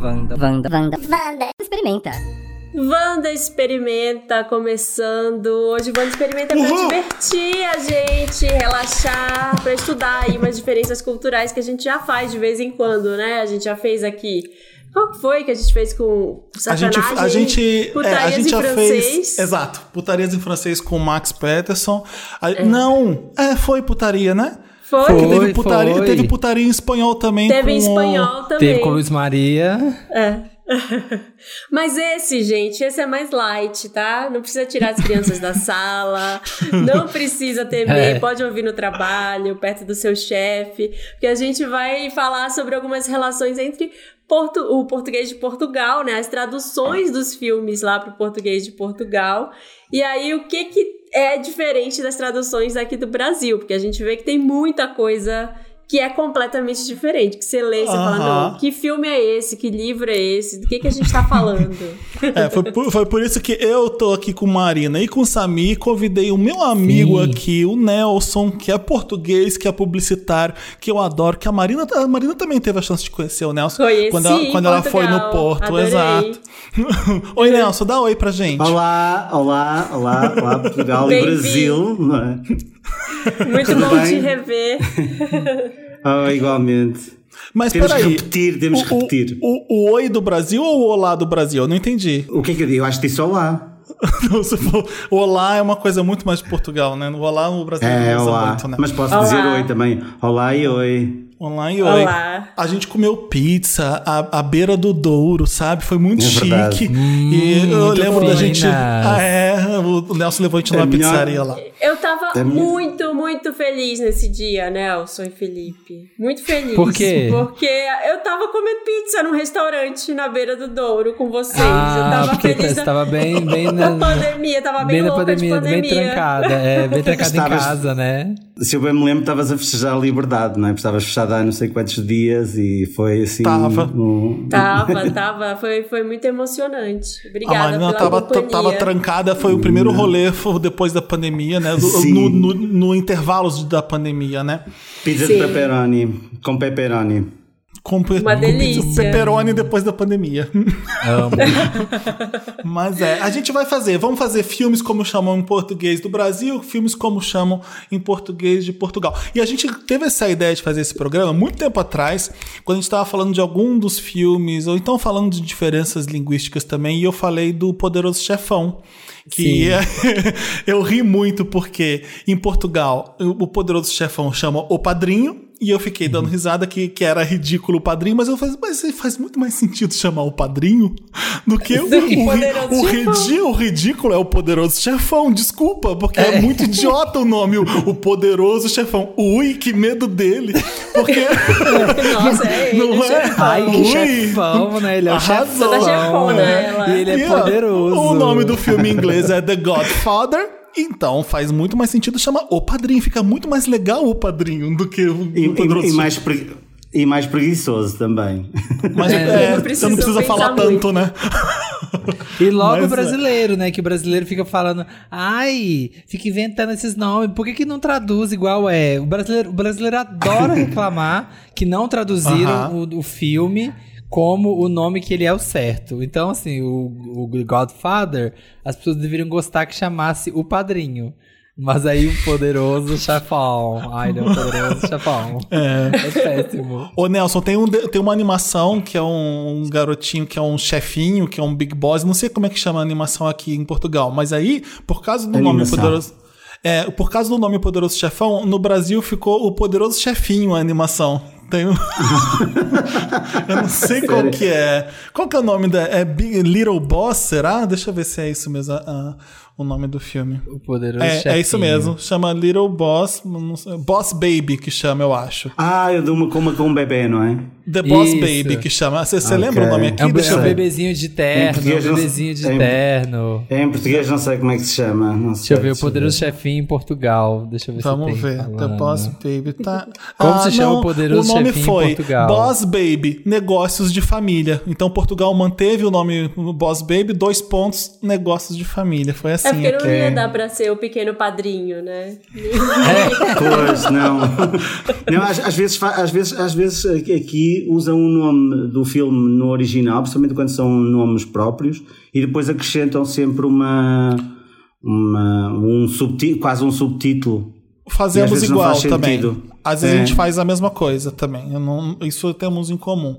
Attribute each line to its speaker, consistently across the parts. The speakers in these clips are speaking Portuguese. Speaker 1: Wanda, Wanda, Wanda, Wanda. Experimenta.
Speaker 2: Wanda Experimenta começando. Hoje Wanda Experimenta pra divertir a gente, relaxar, pra estudar aí umas diferenças culturais que a gente já faz de vez em quando, né? A gente já fez aqui. Qual que foi que a gente fez com
Speaker 3: A gente,
Speaker 2: sacanagem?
Speaker 3: a gente, é,
Speaker 2: putarias
Speaker 3: a gente
Speaker 2: em
Speaker 3: já
Speaker 2: francês?
Speaker 3: fez. Exato. Putarias em francês com o Max Peterson. A- Não, é, foi putaria, né?
Speaker 2: Foi?
Speaker 3: Porque
Speaker 4: Foi,
Speaker 3: teve putaria,
Speaker 4: foi.
Speaker 3: teve putaria em espanhol também.
Speaker 2: Teve em
Speaker 3: com o-
Speaker 2: espanhol também.
Speaker 4: Teve com Luiz Maria.
Speaker 2: É. Mas esse, gente, esse é mais light, tá? Não precisa tirar as crianças da sala, não precisa temer,
Speaker 4: É.
Speaker 2: pode ouvir no trabalho, perto do seu chefe, porque a gente vai falar sobre algumas relações entre portu- o português de Portugal, né? As traduções dos filmes lá pro português de Portugal. E aí, o que que é diferente das traduções aqui do Brasil? Porque a gente vê que tem muita coisa que é completamente diferente, que você lê e você fala,
Speaker 3: Aham.
Speaker 2: não, que filme é esse? Que livro é esse? Do que, que a gente tá falando?
Speaker 3: É, foi, por, foi por isso que eu tô aqui com Marina e com o Samir. Convidei o meu amigo
Speaker 4: Sim.
Speaker 3: aqui, o Nelson, que é português, que é publicitário, que eu adoro. Que a Marina, a Marina também teve a chance de conhecer o Nelson
Speaker 2: Conheci
Speaker 3: quando, ela,
Speaker 2: em
Speaker 3: quando ela foi no
Speaker 2: Portugal.
Speaker 3: Porto.
Speaker 2: Adorei.
Speaker 3: Exato. oi, Nelson, dá oi pra gente.
Speaker 5: Olá, olá, olá, olá, Portugal e
Speaker 2: Bem-vindo.
Speaker 5: Brasil, não é?
Speaker 2: Muito
Speaker 5: Tudo
Speaker 2: bom
Speaker 5: bem?
Speaker 2: te rever.
Speaker 5: Ah, igualmente.
Speaker 3: Mas
Speaker 5: Temos que
Speaker 3: peraí.
Speaker 5: repetir, temos que
Speaker 3: o- o-
Speaker 5: repetir.
Speaker 3: O, o oi do Brasil ou o olá do Brasil? Eu não entendi.
Speaker 5: O que é que eu digo? Eu acho que disse olá.
Speaker 3: Não, se for- o olá é uma coisa muito mais de Portugal, né? O olá no Brasil
Speaker 5: É,
Speaker 3: não usa
Speaker 5: olá.
Speaker 3: muito, né?
Speaker 5: Mas posso
Speaker 2: Olá.
Speaker 5: dizer oi também. Olá e oi.
Speaker 3: Olá e oi.
Speaker 2: Olá.
Speaker 3: A gente comeu pizza à, à beira do Douro, sabe? Foi muito
Speaker 5: É
Speaker 3: chique.
Speaker 5: verdade.
Speaker 3: e eu
Speaker 4: muito
Speaker 3: levou da
Speaker 4: finas.
Speaker 3: gente. Ah, é. O Nelson levou a gente
Speaker 5: É
Speaker 3: na
Speaker 5: melhor-
Speaker 3: pizzaria lá.
Speaker 2: Eu tava
Speaker 5: É mesmo?
Speaker 2: muito, muito feliz nesse dia, Nelson e Felipe. Muito feliz.
Speaker 4: Por quê?
Speaker 2: Porque eu tava comendo pizza num restaurante na beira do Douro com vocês. eu
Speaker 4: Ah,
Speaker 2: tava
Speaker 4: porque
Speaker 2: feliz
Speaker 4: você
Speaker 2: da,
Speaker 4: tava bem, bem
Speaker 2: da
Speaker 4: na,
Speaker 2: pandemia, tava bem,
Speaker 4: bem na
Speaker 2: louca
Speaker 4: pandemia,
Speaker 2: de pandemia.
Speaker 4: bem trancada. É, bem trancada em
Speaker 5: Estavas-
Speaker 4: casa, né?
Speaker 5: Se eu bem me lembro, estavas a festejar a liberdade, não é? Porque Estavas fechada há não sei quantos dias e foi assim.
Speaker 3: Tava.
Speaker 5: um-
Speaker 2: Tava, tava. Foi, foi muito emocionante. Obrigada
Speaker 3: a Marina
Speaker 2: pela
Speaker 3: Ah, tava,
Speaker 2: companhia.
Speaker 3: tava trancada, foi o primeiro rolê foi depois da pandemia, né? Do-
Speaker 5: Hum. Sim.
Speaker 3: No, no, no intervalos da pandemia, né?
Speaker 5: Pizza
Speaker 2: Sim.
Speaker 5: de pepperoni, com pepperoni.
Speaker 3: Com, pe-
Speaker 2: Uma
Speaker 3: com
Speaker 2: delícia.
Speaker 3: pizza pepperoni depois da pandemia.
Speaker 4: Amo.
Speaker 3: Mas é, a gente vai fazer. Vamos fazer filmes como chamam em português do Brasil, filmes como chamam em português de Portugal. E a gente teve essa ideia de fazer esse programa muito tempo atrás, quando a gente estava falando de algum dos filmes, ou então falando de diferenças linguísticas também, e eu falei do Poderoso Chefão. Que
Speaker 4: Sim.
Speaker 3: é- eu ri muito porque em Portugal o Poderoso Chefão chama O Padrinho. E eu fiquei dando risada que, que era ridículo o padrinho, mas eu falei, mas faz muito mais sentido chamar o padrinho do que o,
Speaker 2: Do que
Speaker 3: o ri-
Speaker 2: Poderoso
Speaker 3: o
Speaker 2: Chefão.
Speaker 3: ridi- o ridículo é o poderoso chefão, desculpa, porque é, muito idiota o nome, o, o poderoso chefão. Ui, que medo dele. Porque
Speaker 2: Nossa, é ele.
Speaker 3: não é.
Speaker 4: Ai, que
Speaker 3: Ui.
Speaker 4: chefão, né? Ele é o
Speaker 3: Arrasou.
Speaker 2: Toda
Speaker 4: chefão.
Speaker 2: chefona
Speaker 4: né?
Speaker 2: ela.
Speaker 4: E ele é
Speaker 3: E, ó,
Speaker 4: poderoso.
Speaker 3: O nome do filme em inglês é The Godfather. Então faz muito mais sentido chamar o padrinho. Fica muito mais legal o padrinho do que o,
Speaker 5: E,
Speaker 3: o poderoso
Speaker 5: e- e mais pregui- e mais preguiçoso também.
Speaker 3: chefão. Mas,
Speaker 4: É.
Speaker 3: é,
Speaker 2: Não
Speaker 3: você
Speaker 2: precisa
Speaker 3: não precisa
Speaker 2: pensar
Speaker 3: falar tanto,
Speaker 2: muito.
Speaker 3: né?
Speaker 4: E logo
Speaker 3: Mas, é.
Speaker 4: o brasileiro, né? Que o brasileiro fica falando, ai, fica inventando esses nomes, por que, que não traduz igual é? O brasileiro, o brasileiro adora reclamar que não traduziram o, o filme como o nome que ele é o certo. Então, assim, o, o Godfather, as pessoas deveriam gostar que chamasse o padrinho. Mas aí o poderoso chefão. Ai, não, o poderoso chefão. É. péssimo.
Speaker 3: Ô Nelson, tem, um, de- tem uma animação que é um, um garotinho, que é um chefinho, que é um big boss. Não sei como é que chama a animação aqui em Portugal, mas aí, por causa do nome
Speaker 5: Animação.
Speaker 3: poderoso. É, por causa do nome Poderoso Chefão, no Brasil ficou o Poderoso Chefinho a animação. Tem um... eu não sei qual que é. Qual que é o nome da. É Big Little Boss, será? Deixa eu ver se é isso mesmo ah, ah, o nome do filme.
Speaker 4: O poderoso
Speaker 3: É, é isso
Speaker 4: chefinho.
Speaker 3: mesmo. Chama Little Boss. não sei- Boss Baby que chama, eu acho.
Speaker 5: Ah, eu dou uma com uma com um bebê, não é?
Speaker 3: The Boss
Speaker 4: Isso.
Speaker 3: Baby, que chama. Você você
Speaker 5: Ok.
Speaker 3: lembra o nome aqui?
Speaker 4: É um, be- é
Speaker 3: Deixa eu
Speaker 4: um
Speaker 3: ver.
Speaker 4: bebezinho de
Speaker 5: Em
Speaker 4: terno, é um
Speaker 5: português não-
Speaker 4: bebezinho de
Speaker 5: em-
Speaker 4: terno.
Speaker 5: Em português não sei como é que se é chama. Não
Speaker 4: Deixa
Speaker 5: sei,
Speaker 4: eu ver o poderoso chefinho em Portugal. Deixa eu ver Então,
Speaker 3: Vamos
Speaker 4: se tem.
Speaker 3: ver. The
Speaker 4: falando.
Speaker 3: Boss Baby tá.
Speaker 4: Como se chama o poderoso
Speaker 3: O nome
Speaker 4: chefinho em
Speaker 3: foi
Speaker 4: Portugal?
Speaker 3: Boss Baby, negócios de família. Então Portugal manteve o nome Boss Baby, dois pontos, negócios de família. Foi
Speaker 2: É
Speaker 4: assim
Speaker 2: porque não
Speaker 4: aqui.
Speaker 2: ia dar pra ser o pequeno padrinho, né?
Speaker 4: É.
Speaker 5: Pois, não. não às, às vezes, fa- às, vezes, às vezes aqui- aqui usam o nome do filme no original, principalmente quando são nomes próprios, e depois acrescentam sempre uma. uma- um subti quase um subtítulo. E às
Speaker 3: Fazemos
Speaker 5: vezes não
Speaker 3: igual
Speaker 5: faz
Speaker 3: também.
Speaker 5: sentido.
Speaker 3: Às vezes
Speaker 5: É.
Speaker 3: a gente faz a mesma coisa também. Eu não- isso temos em comum.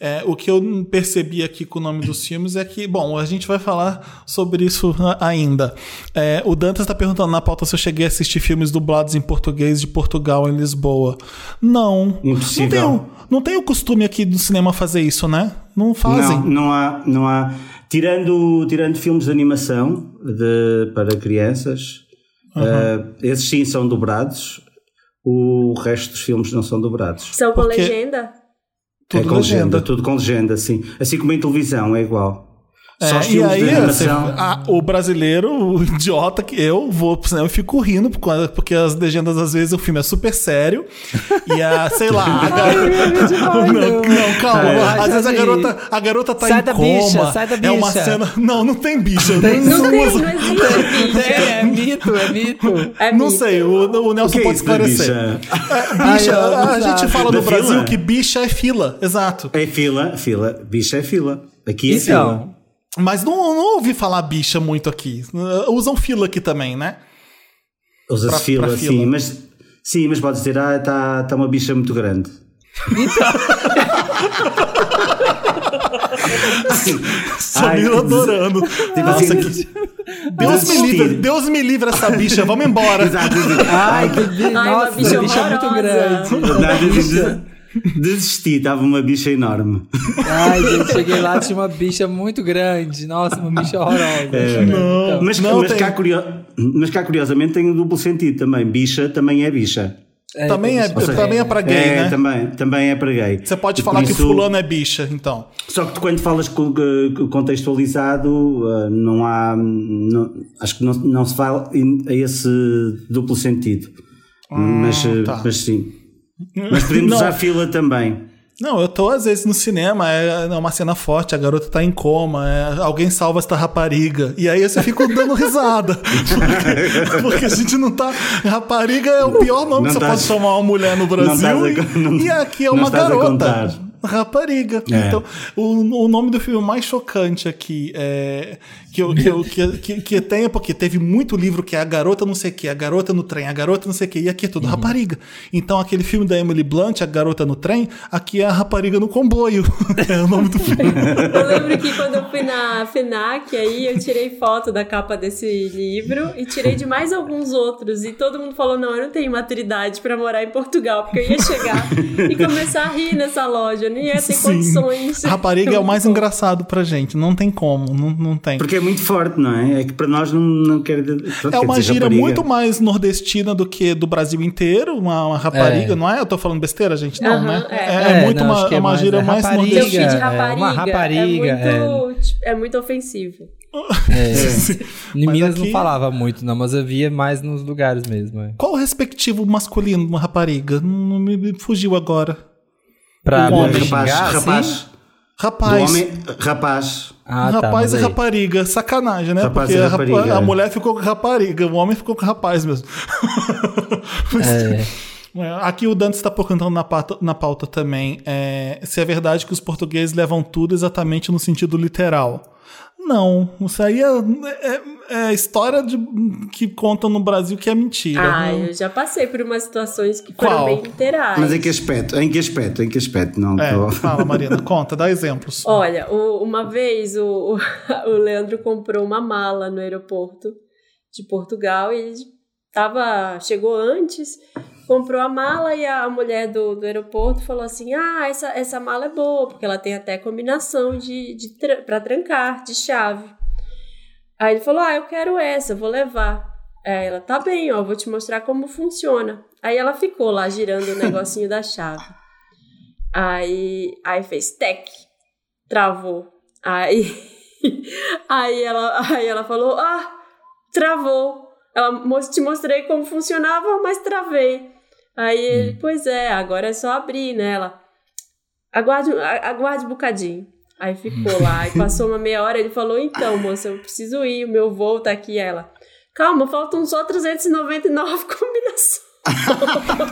Speaker 3: É, o que eu percebi aqui com o nome dos filmes é que, bom, a gente vai falar sobre isso a- ainda. É, o Dantas está perguntando na pauta se eu cheguei a assistir filmes dublados em português de Portugal em Lisboa. Não.
Speaker 5: Impossível.
Speaker 3: Não tem, um o- não tem o costume aqui do cinema fazer isso, né? Não fazem.
Speaker 5: Não, não há. Não há tirando, tirando filmes de animação de- para crianças, eh, esses sim são dobrados, o resto dos filmes não são dobrados.
Speaker 2: São com
Speaker 3: Porque-
Speaker 2: legenda?
Speaker 3: Tudo
Speaker 5: é com legenda.
Speaker 3: legenda.
Speaker 5: tudo com legenda, sim. Assim como em televisão, é igual.
Speaker 3: É,
Speaker 5: Só os
Speaker 3: Ah, e
Speaker 5: filmes
Speaker 3: aí,
Speaker 5: de animação.
Speaker 3: você- a- o brasileiro, o idiota que eu vou pro cinema, eu fico rindo, por causa- porque as legendas, às vezes, o filme é super sério. E a, sei lá, a
Speaker 4: Ai,
Speaker 3: garota.
Speaker 4: é demais,
Speaker 3: Não,
Speaker 4: meu.
Speaker 3: não, calma.
Speaker 4: É.
Speaker 3: Às vezes a
Speaker 4: Ai,
Speaker 3: garota, a garota tá
Speaker 4: Sai
Speaker 3: em
Speaker 4: da
Speaker 3: coma.
Speaker 4: bicha, sai da
Speaker 3: É uma
Speaker 4: bicha.
Speaker 3: cena. Não, não tem bicha.
Speaker 2: Não tem,
Speaker 3: usa-
Speaker 2: não existe. bicho.
Speaker 4: É, é mito, é mito.
Speaker 2: É
Speaker 3: não
Speaker 2: mito.
Speaker 3: sei, o, o Nelson
Speaker 5: Que é
Speaker 3: pode
Speaker 5: isso, da
Speaker 3: esclarecer.
Speaker 5: bicha?
Speaker 3: É, bicha,
Speaker 4: Ai, eu
Speaker 3: a,
Speaker 4: não
Speaker 3: a gente
Speaker 4: sabe.
Speaker 3: fala
Speaker 5: Da
Speaker 3: no Brasil
Speaker 5: fila?
Speaker 3: que bicha é fila, exato.
Speaker 5: É fila, fila. Bicha é fila. Aqui é fila.
Speaker 4: Então,
Speaker 3: Mas não, não ouvi falar bicha muito aqui. Usam fila aqui também, né?
Speaker 5: Usa-se
Speaker 3: Pra-
Speaker 5: fila,
Speaker 3: pra fila.
Speaker 5: sim, mas sim, mas podes dizer, ah, está tá uma bicha muito grande.
Speaker 3: Então. Samir
Speaker 5: Ai,
Speaker 3: adorando. Nossa, que... Deus me
Speaker 5: Desistir.
Speaker 3: livre, Deus me livre essa bicha, vamos embora.
Speaker 5: Exato,
Speaker 4: ai, que bi...
Speaker 2: uma
Speaker 4: nossa,
Speaker 2: bicha
Speaker 4: bicha é muito
Speaker 2: horrorosa.
Speaker 4: grande.
Speaker 5: exato. Desisti, estava uma bicha enorme.
Speaker 4: Ai, gente, cheguei lá, tinha uma bicha muito grande. Nossa, uma bicha horrorosa. Então,
Speaker 3: Não.
Speaker 5: Mas,
Speaker 3: Oh, Não,
Speaker 5: mas,
Speaker 3: tem-
Speaker 5: cá, curio- mas cá, curiosamente, tem um duplo sentido também. Bicha também é bicha.
Speaker 3: Também é-
Speaker 4: bicha
Speaker 3: também é pra gay,
Speaker 5: é,
Speaker 3: né?
Speaker 5: também, também é para gay.
Speaker 3: Você pode
Speaker 5: E
Speaker 3: falar
Speaker 5: por
Speaker 3: que
Speaker 5: isso-
Speaker 3: fulano é bicha, então.
Speaker 5: Só que tu, quando falas co- co- contextualizado, eh, não há. não- acho que não, não se fala em- a esse duplo sentido. mas, eh,
Speaker 3: tá.
Speaker 5: mas sim. Mas podemos
Speaker 3: Não.
Speaker 5: usar fila também.
Speaker 3: Não, eu tô às vezes no cinema, é é uma cena forte, a garota tá em coma, é, alguém salva esta rapariga. E aí você fica dando risada. Porque, porque a gente não tá. Rapariga é o pior nome que
Speaker 5: Não
Speaker 3: você pode
Speaker 5: tás-
Speaker 3: chamar uma mulher no
Speaker 5: não tás a-
Speaker 3: Brasil. e-
Speaker 5: não-
Speaker 3: e aqui é
Speaker 5: não tá
Speaker 3: uma
Speaker 5: estás a
Speaker 3: garota.
Speaker 5: contar.
Speaker 3: Rapariga.
Speaker 5: É.
Speaker 3: Então, o, o nome do filme mais chocante aqui é, que, eu, que, eu, que, que, que tem é porque teve muito livro que é A Garota Não Sei O Que, A Garota no Trem, A Garota Não Sei O Que, e aqui é tudo rapariga. Então, aquele filme da Emily Blunt, A Garota no Trem, aqui é A Rapariga no Comboio. é o nome do filme.
Speaker 2: Eu lembro que quando eu fui na FENAC, aí eu tirei foto da capa desse livro e tirei de mais alguns outros. E todo mundo falou: não, eu não tenho maturidade pra morar em Portugal, porque eu ia chegar e começar a rir nessa loja, eu nem ia ter condições.
Speaker 3: Rapariga é o mais engraçado pra gente, não tem como, não, não tem.
Speaker 5: Porque é muito forte, não é? É que para nós não, não quer.
Speaker 3: É uma gíria muito mais nordestina do que do Brasil inteiro, uma, uma rapariga,
Speaker 4: É.
Speaker 3: não é? Eu tô falando besteira, gente? Não,
Speaker 2: Aham,
Speaker 3: né?
Speaker 2: é.
Speaker 3: É, é
Speaker 4: É,
Speaker 3: muito
Speaker 4: não,
Speaker 3: uma,
Speaker 4: acho que é
Speaker 3: uma
Speaker 4: mais-
Speaker 3: gíria
Speaker 4: é
Speaker 3: mais
Speaker 4: rapariga.
Speaker 2: Seu
Speaker 3: nordestina.
Speaker 2: filho de
Speaker 4: é
Speaker 2: rapariga.
Speaker 4: uma rapariga,
Speaker 2: É muito, tipo, é muito ofensivo.
Speaker 4: É. Em
Speaker 3: Mas
Speaker 4: Minas
Speaker 3: aqui-
Speaker 4: não falava muito, não, mas havia mais nos lugares mesmo. É.
Speaker 3: Qual o respectivo masculino de uma rapariga? Não me me fugiu agora.
Speaker 4: Pra
Speaker 3: Um
Speaker 4: me
Speaker 3: homem,
Speaker 5: Ah, Rapaz,
Speaker 4: xingar, assim?
Speaker 5: rapaz. do
Speaker 3: Rapaz.
Speaker 5: homem- rapaz.
Speaker 4: Ah, tá,
Speaker 3: rapaz
Speaker 4: mas
Speaker 3: e
Speaker 4: aí-
Speaker 3: rapariga, sacanagem, né?
Speaker 5: Rapaz
Speaker 3: Porque
Speaker 5: e
Speaker 3: a rapa-
Speaker 5: rapariga,
Speaker 3: a
Speaker 5: é.
Speaker 3: mulher ficou com rapariga, o homem ficou com rapaz mesmo.
Speaker 4: É.
Speaker 3: É, Aqui o Dantes está perguntando na pauta, na pauta também é, se é verdade que os portugueses levam tudo exatamente no sentido literal. Não, isso aí é, é- é história de- que contam no Brasil que é mentira.
Speaker 2: Ah, eu já passei por umas situações que foram
Speaker 3: Qual?
Speaker 2: bem literais.
Speaker 5: Mas em que aspecto? Em que aspecto? Em que aspecto? Não
Speaker 3: É,
Speaker 5: tô-
Speaker 3: fala, Marina, conta, dá exemplos.
Speaker 2: Olha, o- uma vez o, o, o Leandro comprou uma mala no aeroporto de Portugal e ele tava, chegou antes, comprou a mala e a mulher do, do aeroporto falou assim: Ah, essa, essa mala é boa, porque ela tem até combinação de, de tra- pra trancar, de chave. Aí ele falou: Ah, eu quero essa, eu vou levar. Aí ela, tá bem, ó, vou te mostrar como funciona. Aí ela ficou lá girando o negocinho da chave. Aí, aí fez tec, travou. Aí, aí, ela, aí ela falou: Ah, travou. Ela mos- te mostrei como funcionava, mas travei. Aí
Speaker 3: Hum.
Speaker 2: ele, pois é, agora é só abrir, né? Ela, aguarde, a- aguarde um bocadinho. Aí ficou lá, e passou uma meia hora, ele falou, então, moça, eu preciso ir, o meu voo tá aqui, Aí ela. Calma, faltam só 399 combinações.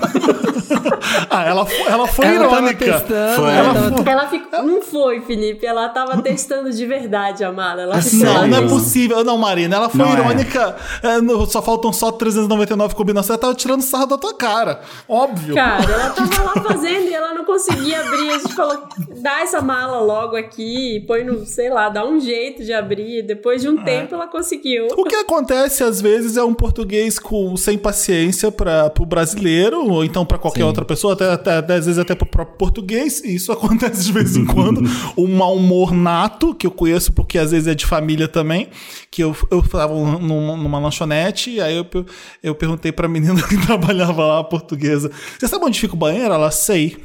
Speaker 3: Ah, ela, fo- ela foi
Speaker 4: ela tava
Speaker 3: irônica.
Speaker 4: testando,
Speaker 5: Foi.
Speaker 4: ela tava-
Speaker 2: Ela ficou. Não foi, Felipe. Ela tava testando de verdade, amada. Ela ficou
Speaker 3: Não,
Speaker 2: lá.
Speaker 3: não é
Speaker 5: Sério?
Speaker 3: possível. Não, Marina, ela foi
Speaker 5: Não é.
Speaker 3: irônica. É, no- só faltam só 399 combinações. Ela tava tirando sarro da tua cara. Óbvio.
Speaker 2: Cara, ela tava lá fazendo e ela não conseguia abrir. A gente falou: dá essa mala logo aqui, põe no, sei lá, dá um jeito de abrir. Depois
Speaker 3: É.
Speaker 2: de um tempo ela conseguiu.
Speaker 3: O que acontece às vezes é um português com, sem paciência para o brasileiro, ou então para qualquer
Speaker 4: Sim.
Speaker 3: outra pessoa, até, até- até às vezes até para o próprio português, e isso acontece de vez em quando. o mau humor nato, que eu conheço porque às vezes é de família também, que eu, eu estava numa, numa lanchonete, e aí eu, pe- eu perguntei para a menina que trabalhava lá, portuguesa: Você sabe onde fica o banheiro? Ela sei.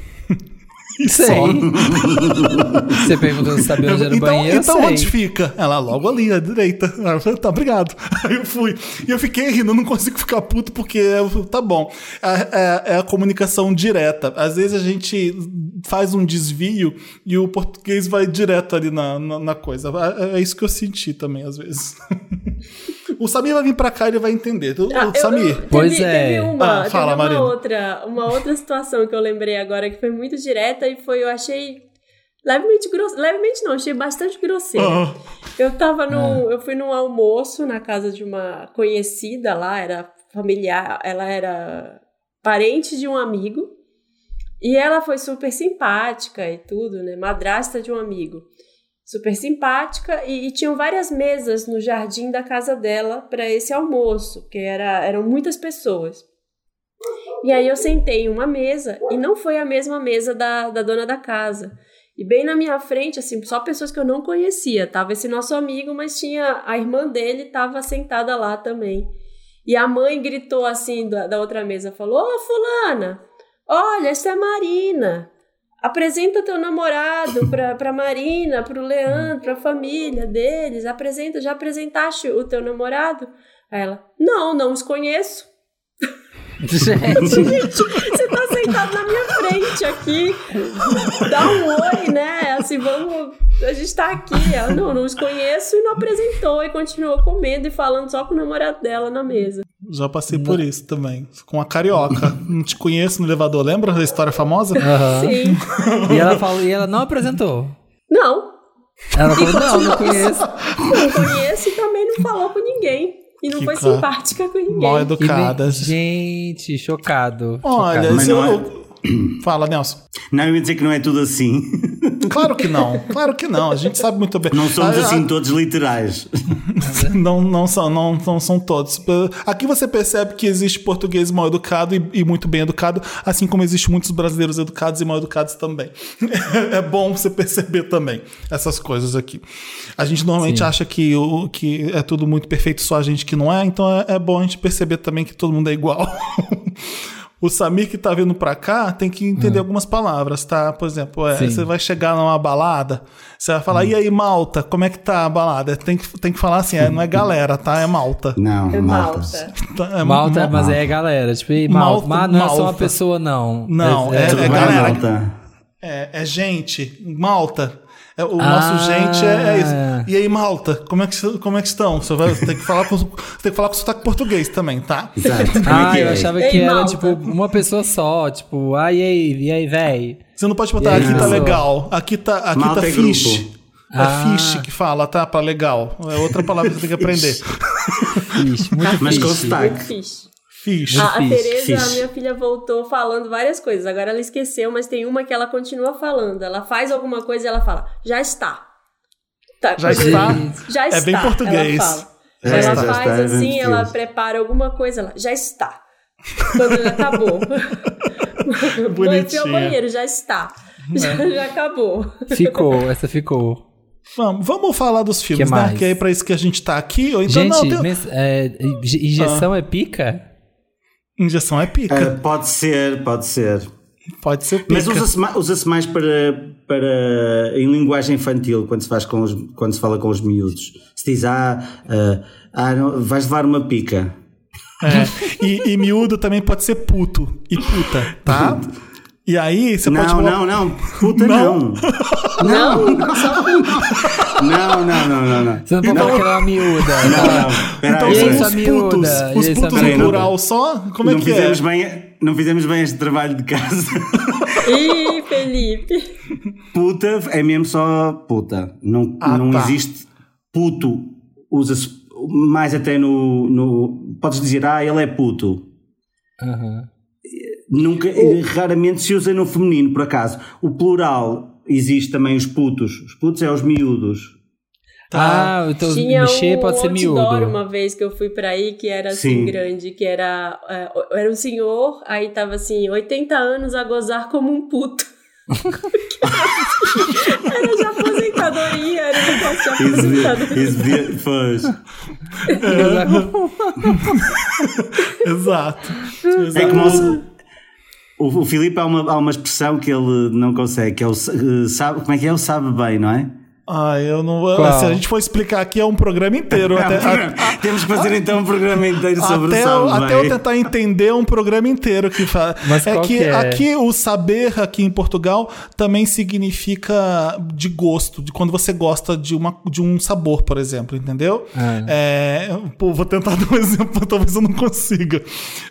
Speaker 3: E
Speaker 4: Sei.
Speaker 3: só.
Speaker 4: Você perguntou se sabia onde era o
Speaker 3: Então,
Speaker 4: banheiro,
Speaker 3: então
Speaker 4: sei.
Speaker 3: onde fica? Ela, logo ali, à direita. Ela falou, tá, obrigado. Aí eu fui. E eu fiquei rindo, eu não consigo ficar puto, porque eu falei, tá bom. É, é- é a comunicação direta. Às vezes a gente faz um desvio e o português vai direto ali na, na, na coisa. É, é isso que eu senti também, às vezes. o Samir vai vir pra cá e ele vai entender. O,
Speaker 2: Ah, eu
Speaker 3: Samir.
Speaker 2: não-
Speaker 4: Pois
Speaker 2: teve,
Speaker 4: é.
Speaker 2: Teve uma,
Speaker 3: Ah,
Speaker 2: teve
Speaker 3: fala,
Speaker 2: uma
Speaker 3: Marina.
Speaker 2: outra, uma outra situação que eu lembrei agora que foi muito direta e foi, eu achei levemente grosso, levemente não, achei bastante grosseira.
Speaker 3: Ah.
Speaker 2: Eu tava no, eu fui num almoço na casa de uma conhecida lá, era familiar, ela era parente de um amigo. E ela foi super simpática e tudo, né? Madrasta de um amigo. Super simpática e, e tinham várias mesas no jardim da casa dela para esse almoço, porque era, eram muitas pessoas. E aí eu sentei em uma mesa e não foi a mesma mesa da, da dona da casa. E bem na minha frente, assim, só pessoas que eu não conhecia. Tava esse nosso amigo, mas tinha a irmã dele tava sentada lá também. E a mãe gritou assim da, da outra mesa, falou: "Ô, fulana, olha, essa é a Marina. Apresenta teu namorado pra, pra Marina, pro Leandro, pra família deles. Apresenta, já apresentaste o teu namorado?" Aí ela: "Não, não os conheço."
Speaker 4: Gente,
Speaker 2: Você tá sentado na minha frente aqui. Dá um oi, né? Assim, vamos. A gente tá aqui. Ela, não, não os conheço e não apresentou. E continuou comendo e falando só com o namorado dela na mesa.
Speaker 3: Já passei por isso também. Com a carioca. não te conheço no elevador, lembra da história famosa?
Speaker 4: Aham.
Speaker 2: Sim.
Speaker 4: E ela falou, e ela não apresentou.
Speaker 2: Não,
Speaker 4: Ela falou, não, não conheço.
Speaker 2: não conheço e também não falou com ninguém. E não
Speaker 3: Que
Speaker 2: foi
Speaker 3: cara.
Speaker 2: simpática com ninguém.
Speaker 3: Mal é
Speaker 4: E nem-
Speaker 3: educada.
Speaker 4: Gente, chocado.
Speaker 3: Olha,
Speaker 4: chocado.
Speaker 5: Mas
Speaker 3: se
Speaker 5: não é
Speaker 3: eu- Fala, Nelson.
Speaker 5: Não, eu ia dizer que não é tudo assim.
Speaker 3: Claro que não, claro que não. A gente sabe muito bem.
Speaker 5: Não somos
Speaker 3: Ah,
Speaker 5: assim todos literais.
Speaker 3: ah, Não, não, são, não, não são todos. Eh, Aqui você percebe que existe português mal educado e, e muito bem educado, assim como existe muitos brasileiros educados e mal educados também. É bom você perceber também essas coisas aqui. A gente normalmente acha que, o, que é tudo muito perfeito, só a gente que não é, então é, é bom a gente perceber também que todo mundo é igual. O Samir que tá vindo pra cá tem que entender algumas palavras, tá? Por exemplo, é,
Speaker 4: Sim.
Speaker 3: você vai chegar numa balada, você vai falar, e aí, malta, como é que tá a balada? Tem que, tem que falar assim, é, não é galera, tá? É malta.
Speaker 5: Não,
Speaker 2: É
Speaker 5: malta.
Speaker 2: malta.
Speaker 3: Tá? É
Speaker 4: Malta,
Speaker 3: mal-
Speaker 4: mas é galera. Tipo, ei,
Speaker 3: Malta,
Speaker 4: malta, mas não é só uma
Speaker 3: malta.
Speaker 4: pessoa, não. tipo,
Speaker 3: Não, é-
Speaker 5: Tudo
Speaker 3: é
Speaker 5: bem,
Speaker 3: galera.
Speaker 5: malta.
Speaker 3: É, é gente, malta. É, o
Speaker 4: Ah.
Speaker 3: nosso gente é, é isso. E aí, malta, como é que, como é que estão? Você vai ter que falar com, tem que falar com sotaque português também, tá?
Speaker 5: Exato. Como é
Speaker 4: Ah,
Speaker 5: que
Speaker 4: eu
Speaker 5: é?
Speaker 4: achava
Speaker 2: Ei,
Speaker 4: que era,
Speaker 2: malta.
Speaker 4: tipo, uma pessoa só. Tipo, ah, e aí, e aí, véi?
Speaker 3: Você não pode botar
Speaker 4: E aí,
Speaker 3: aqui tá
Speaker 4: pessoal?
Speaker 3: legal, aqui tá, aqui
Speaker 5: Malta
Speaker 3: tá
Speaker 5: é
Speaker 3: fish.
Speaker 5: grupo.
Speaker 3: É
Speaker 4: Ah.
Speaker 3: fish que fala, tá? Pra legal. É outra palavra que você tem que aprender.
Speaker 4: Ixi, muito
Speaker 5: Mas com
Speaker 4: difícil.
Speaker 5: sotaque.
Speaker 2: Muito fixe.
Speaker 3: Fish.
Speaker 2: A, a
Speaker 4: Fixe,
Speaker 2: Tereza, a
Speaker 5: fixe.
Speaker 2: minha filha, voltou falando várias coisas. Agora ela esqueceu, mas tem uma que ela continua falando. Ela faz alguma coisa e ela fala, já está. Tá,
Speaker 3: Já está.
Speaker 2: Já
Speaker 3: É
Speaker 2: está.
Speaker 3: bem português.
Speaker 2: Ela, fala.
Speaker 5: É,
Speaker 2: Ela
Speaker 5: já
Speaker 2: faz
Speaker 5: está, é bem
Speaker 2: assim,
Speaker 5: português.
Speaker 2: ela prepara alguma coisa, ela já está. Quando já acabou. Mãe, fui ao
Speaker 3: Bonitinha. Né?
Speaker 2: banheiro, já está. Já, já acabou.
Speaker 4: Ficou, essa ficou.
Speaker 3: Vamos, vamos falar dos filmes,
Speaker 4: Que
Speaker 3: né?
Speaker 4: mais?
Speaker 3: Que é pra isso que a gente tá aqui. Ou então,
Speaker 4: Gente,
Speaker 3: não, tem... Ah.
Speaker 4: mens- é, inje- injeção é pica?
Speaker 3: injeção é pica.
Speaker 5: Ah, pode ser, pode ser.
Speaker 3: Pode ser pica.
Speaker 5: Mas usa-se ma- usa-se mais para, para em linguagem infantil quando se, faz com os- quando se fala com os miúdos. Se diz, ah, ah, ah, não, vais levar uma pica.
Speaker 3: É. E, e miúdo também pode ser puto e puta, tá? E aí, você
Speaker 5: não,
Speaker 3: pode. bolar-
Speaker 5: não, não. Puta,
Speaker 3: Não.
Speaker 5: não. Não, não, não, não, não, não, não.
Speaker 4: Você não pode falar que ela é uma miúda. né?
Speaker 5: Não, não. Peraí,
Speaker 3: Então
Speaker 4: E aí,
Speaker 5: peraí.
Speaker 4: só
Speaker 3: são os
Speaker 4: miúda,
Speaker 3: putos.
Speaker 4: e aí,
Speaker 3: Os
Speaker 4: só
Speaker 3: putos
Speaker 5: miúda.
Speaker 3: no plural só? Como é
Speaker 5: não
Speaker 3: que é?
Speaker 5: fizemos bem, não fizemos bem este trabalho de casa.
Speaker 2: Ih, Felipe.
Speaker 5: Puta é mesmo só puta. Não,
Speaker 3: Ah,
Speaker 5: não
Speaker 3: tá.
Speaker 5: existe puto. Usa-se mais até no, no. Podes dizer, ah, ele é puto.
Speaker 4: Aham.
Speaker 5: Nunca, Raramente se usa no feminino, por acaso. O plural existe também os putos. Os putos é os miúdos.
Speaker 3: Tá.
Speaker 4: Ah, então
Speaker 2: Tinha
Speaker 4: mexer
Speaker 2: um
Speaker 4: pode ser
Speaker 2: outdoor
Speaker 4: miúdo.
Speaker 2: uma vez que eu fui pra aí, que era assim
Speaker 5: Sim.
Speaker 2: grande, que era, é, era um senhor, aí tava assim, 80 anos a gozar como um puto. era de aposentadoria, era um negócio de
Speaker 5: Isso
Speaker 2: aposentadoria.
Speaker 5: de- isso de- pois. É
Speaker 4: Uhum.
Speaker 3: Exato.
Speaker 5: É
Speaker 3: Exato.
Speaker 5: como o, o, o Filipe há uma, há uma expressão que ele não consegue, que é o sa- eh, sabe, como é que é? O sabe bem, não é?
Speaker 3: Ah, eu não vou.
Speaker 4: Qual?
Speaker 3: Se a gente for explicar aqui, é um programa inteiro.
Speaker 5: É um
Speaker 3: até, Ah,
Speaker 5: programa. Temos que fazer então um programa inteiro sobre
Speaker 3: até
Speaker 5: o
Speaker 3: eu,
Speaker 5: sabe
Speaker 3: até eu
Speaker 5: bem.
Speaker 3: tentar entender um programa inteiro que fala.
Speaker 4: Mas
Speaker 3: é
Speaker 4: qual
Speaker 3: que
Speaker 4: que é?
Speaker 3: aqui o saber aqui em Portugal também significa de gosto, de quando você gosta de, uma, de um sabor, por exemplo, entendeu?
Speaker 4: Ah.
Speaker 3: É, pô, vou tentar dar um exemplo, talvez eu não consiga.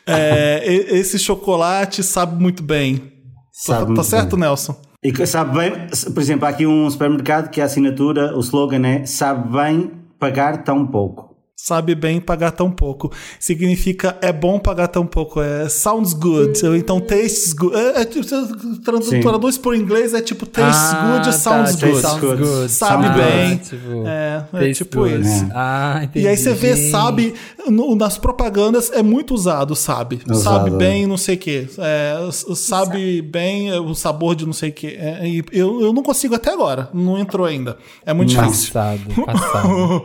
Speaker 3: É, e- esse chocolate sabe muito bem.
Speaker 5: Sabe
Speaker 3: tá tá
Speaker 5: muito
Speaker 3: certo,
Speaker 5: bem.
Speaker 3: Nelson?
Speaker 5: E que sabe bem, por exemplo, há aqui um supermercado que a assinatura, o slogan é sabe bem pagar tão pouco.
Speaker 3: Sabe bem pagar tão pouco. Significa é bom pagar tão pouco. É sounds good. ou Então tastes good. É, é, tipo, se
Speaker 5: Sim.
Speaker 3: traduz traduz por inglês, é tipo
Speaker 4: Ah,
Speaker 3: tastes good, sounds
Speaker 4: tá,
Speaker 3: good.
Speaker 4: Sounds good.
Speaker 3: Sabe
Speaker 4: Ah,
Speaker 3: bem.
Speaker 4: tipo,
Speaker 3: É, é
Speaker 4: tastes
Speaker 3: tipo
Speaker 4: good.
Speaker 3: isso.
Speaker 4: Ah, entendi.
Speaker 3: E aí você vê,
Speaker 4: Gente,
Speaker 3: sabe, no- nas propagandas é muito usado, sabe?
Speaker 5: Usado,
Speaker 3: sabe
Speaker 5: é.
Speaker 3: bem, não sei o quê. É, s- sabe bem é, o sabor de não sei o quê. É, e eu, eu não consigo até agora, não entrou ainda. É muito
Speaker 5: Não.
Speaker 3: difícil.
Speaker 4: Passado, passado.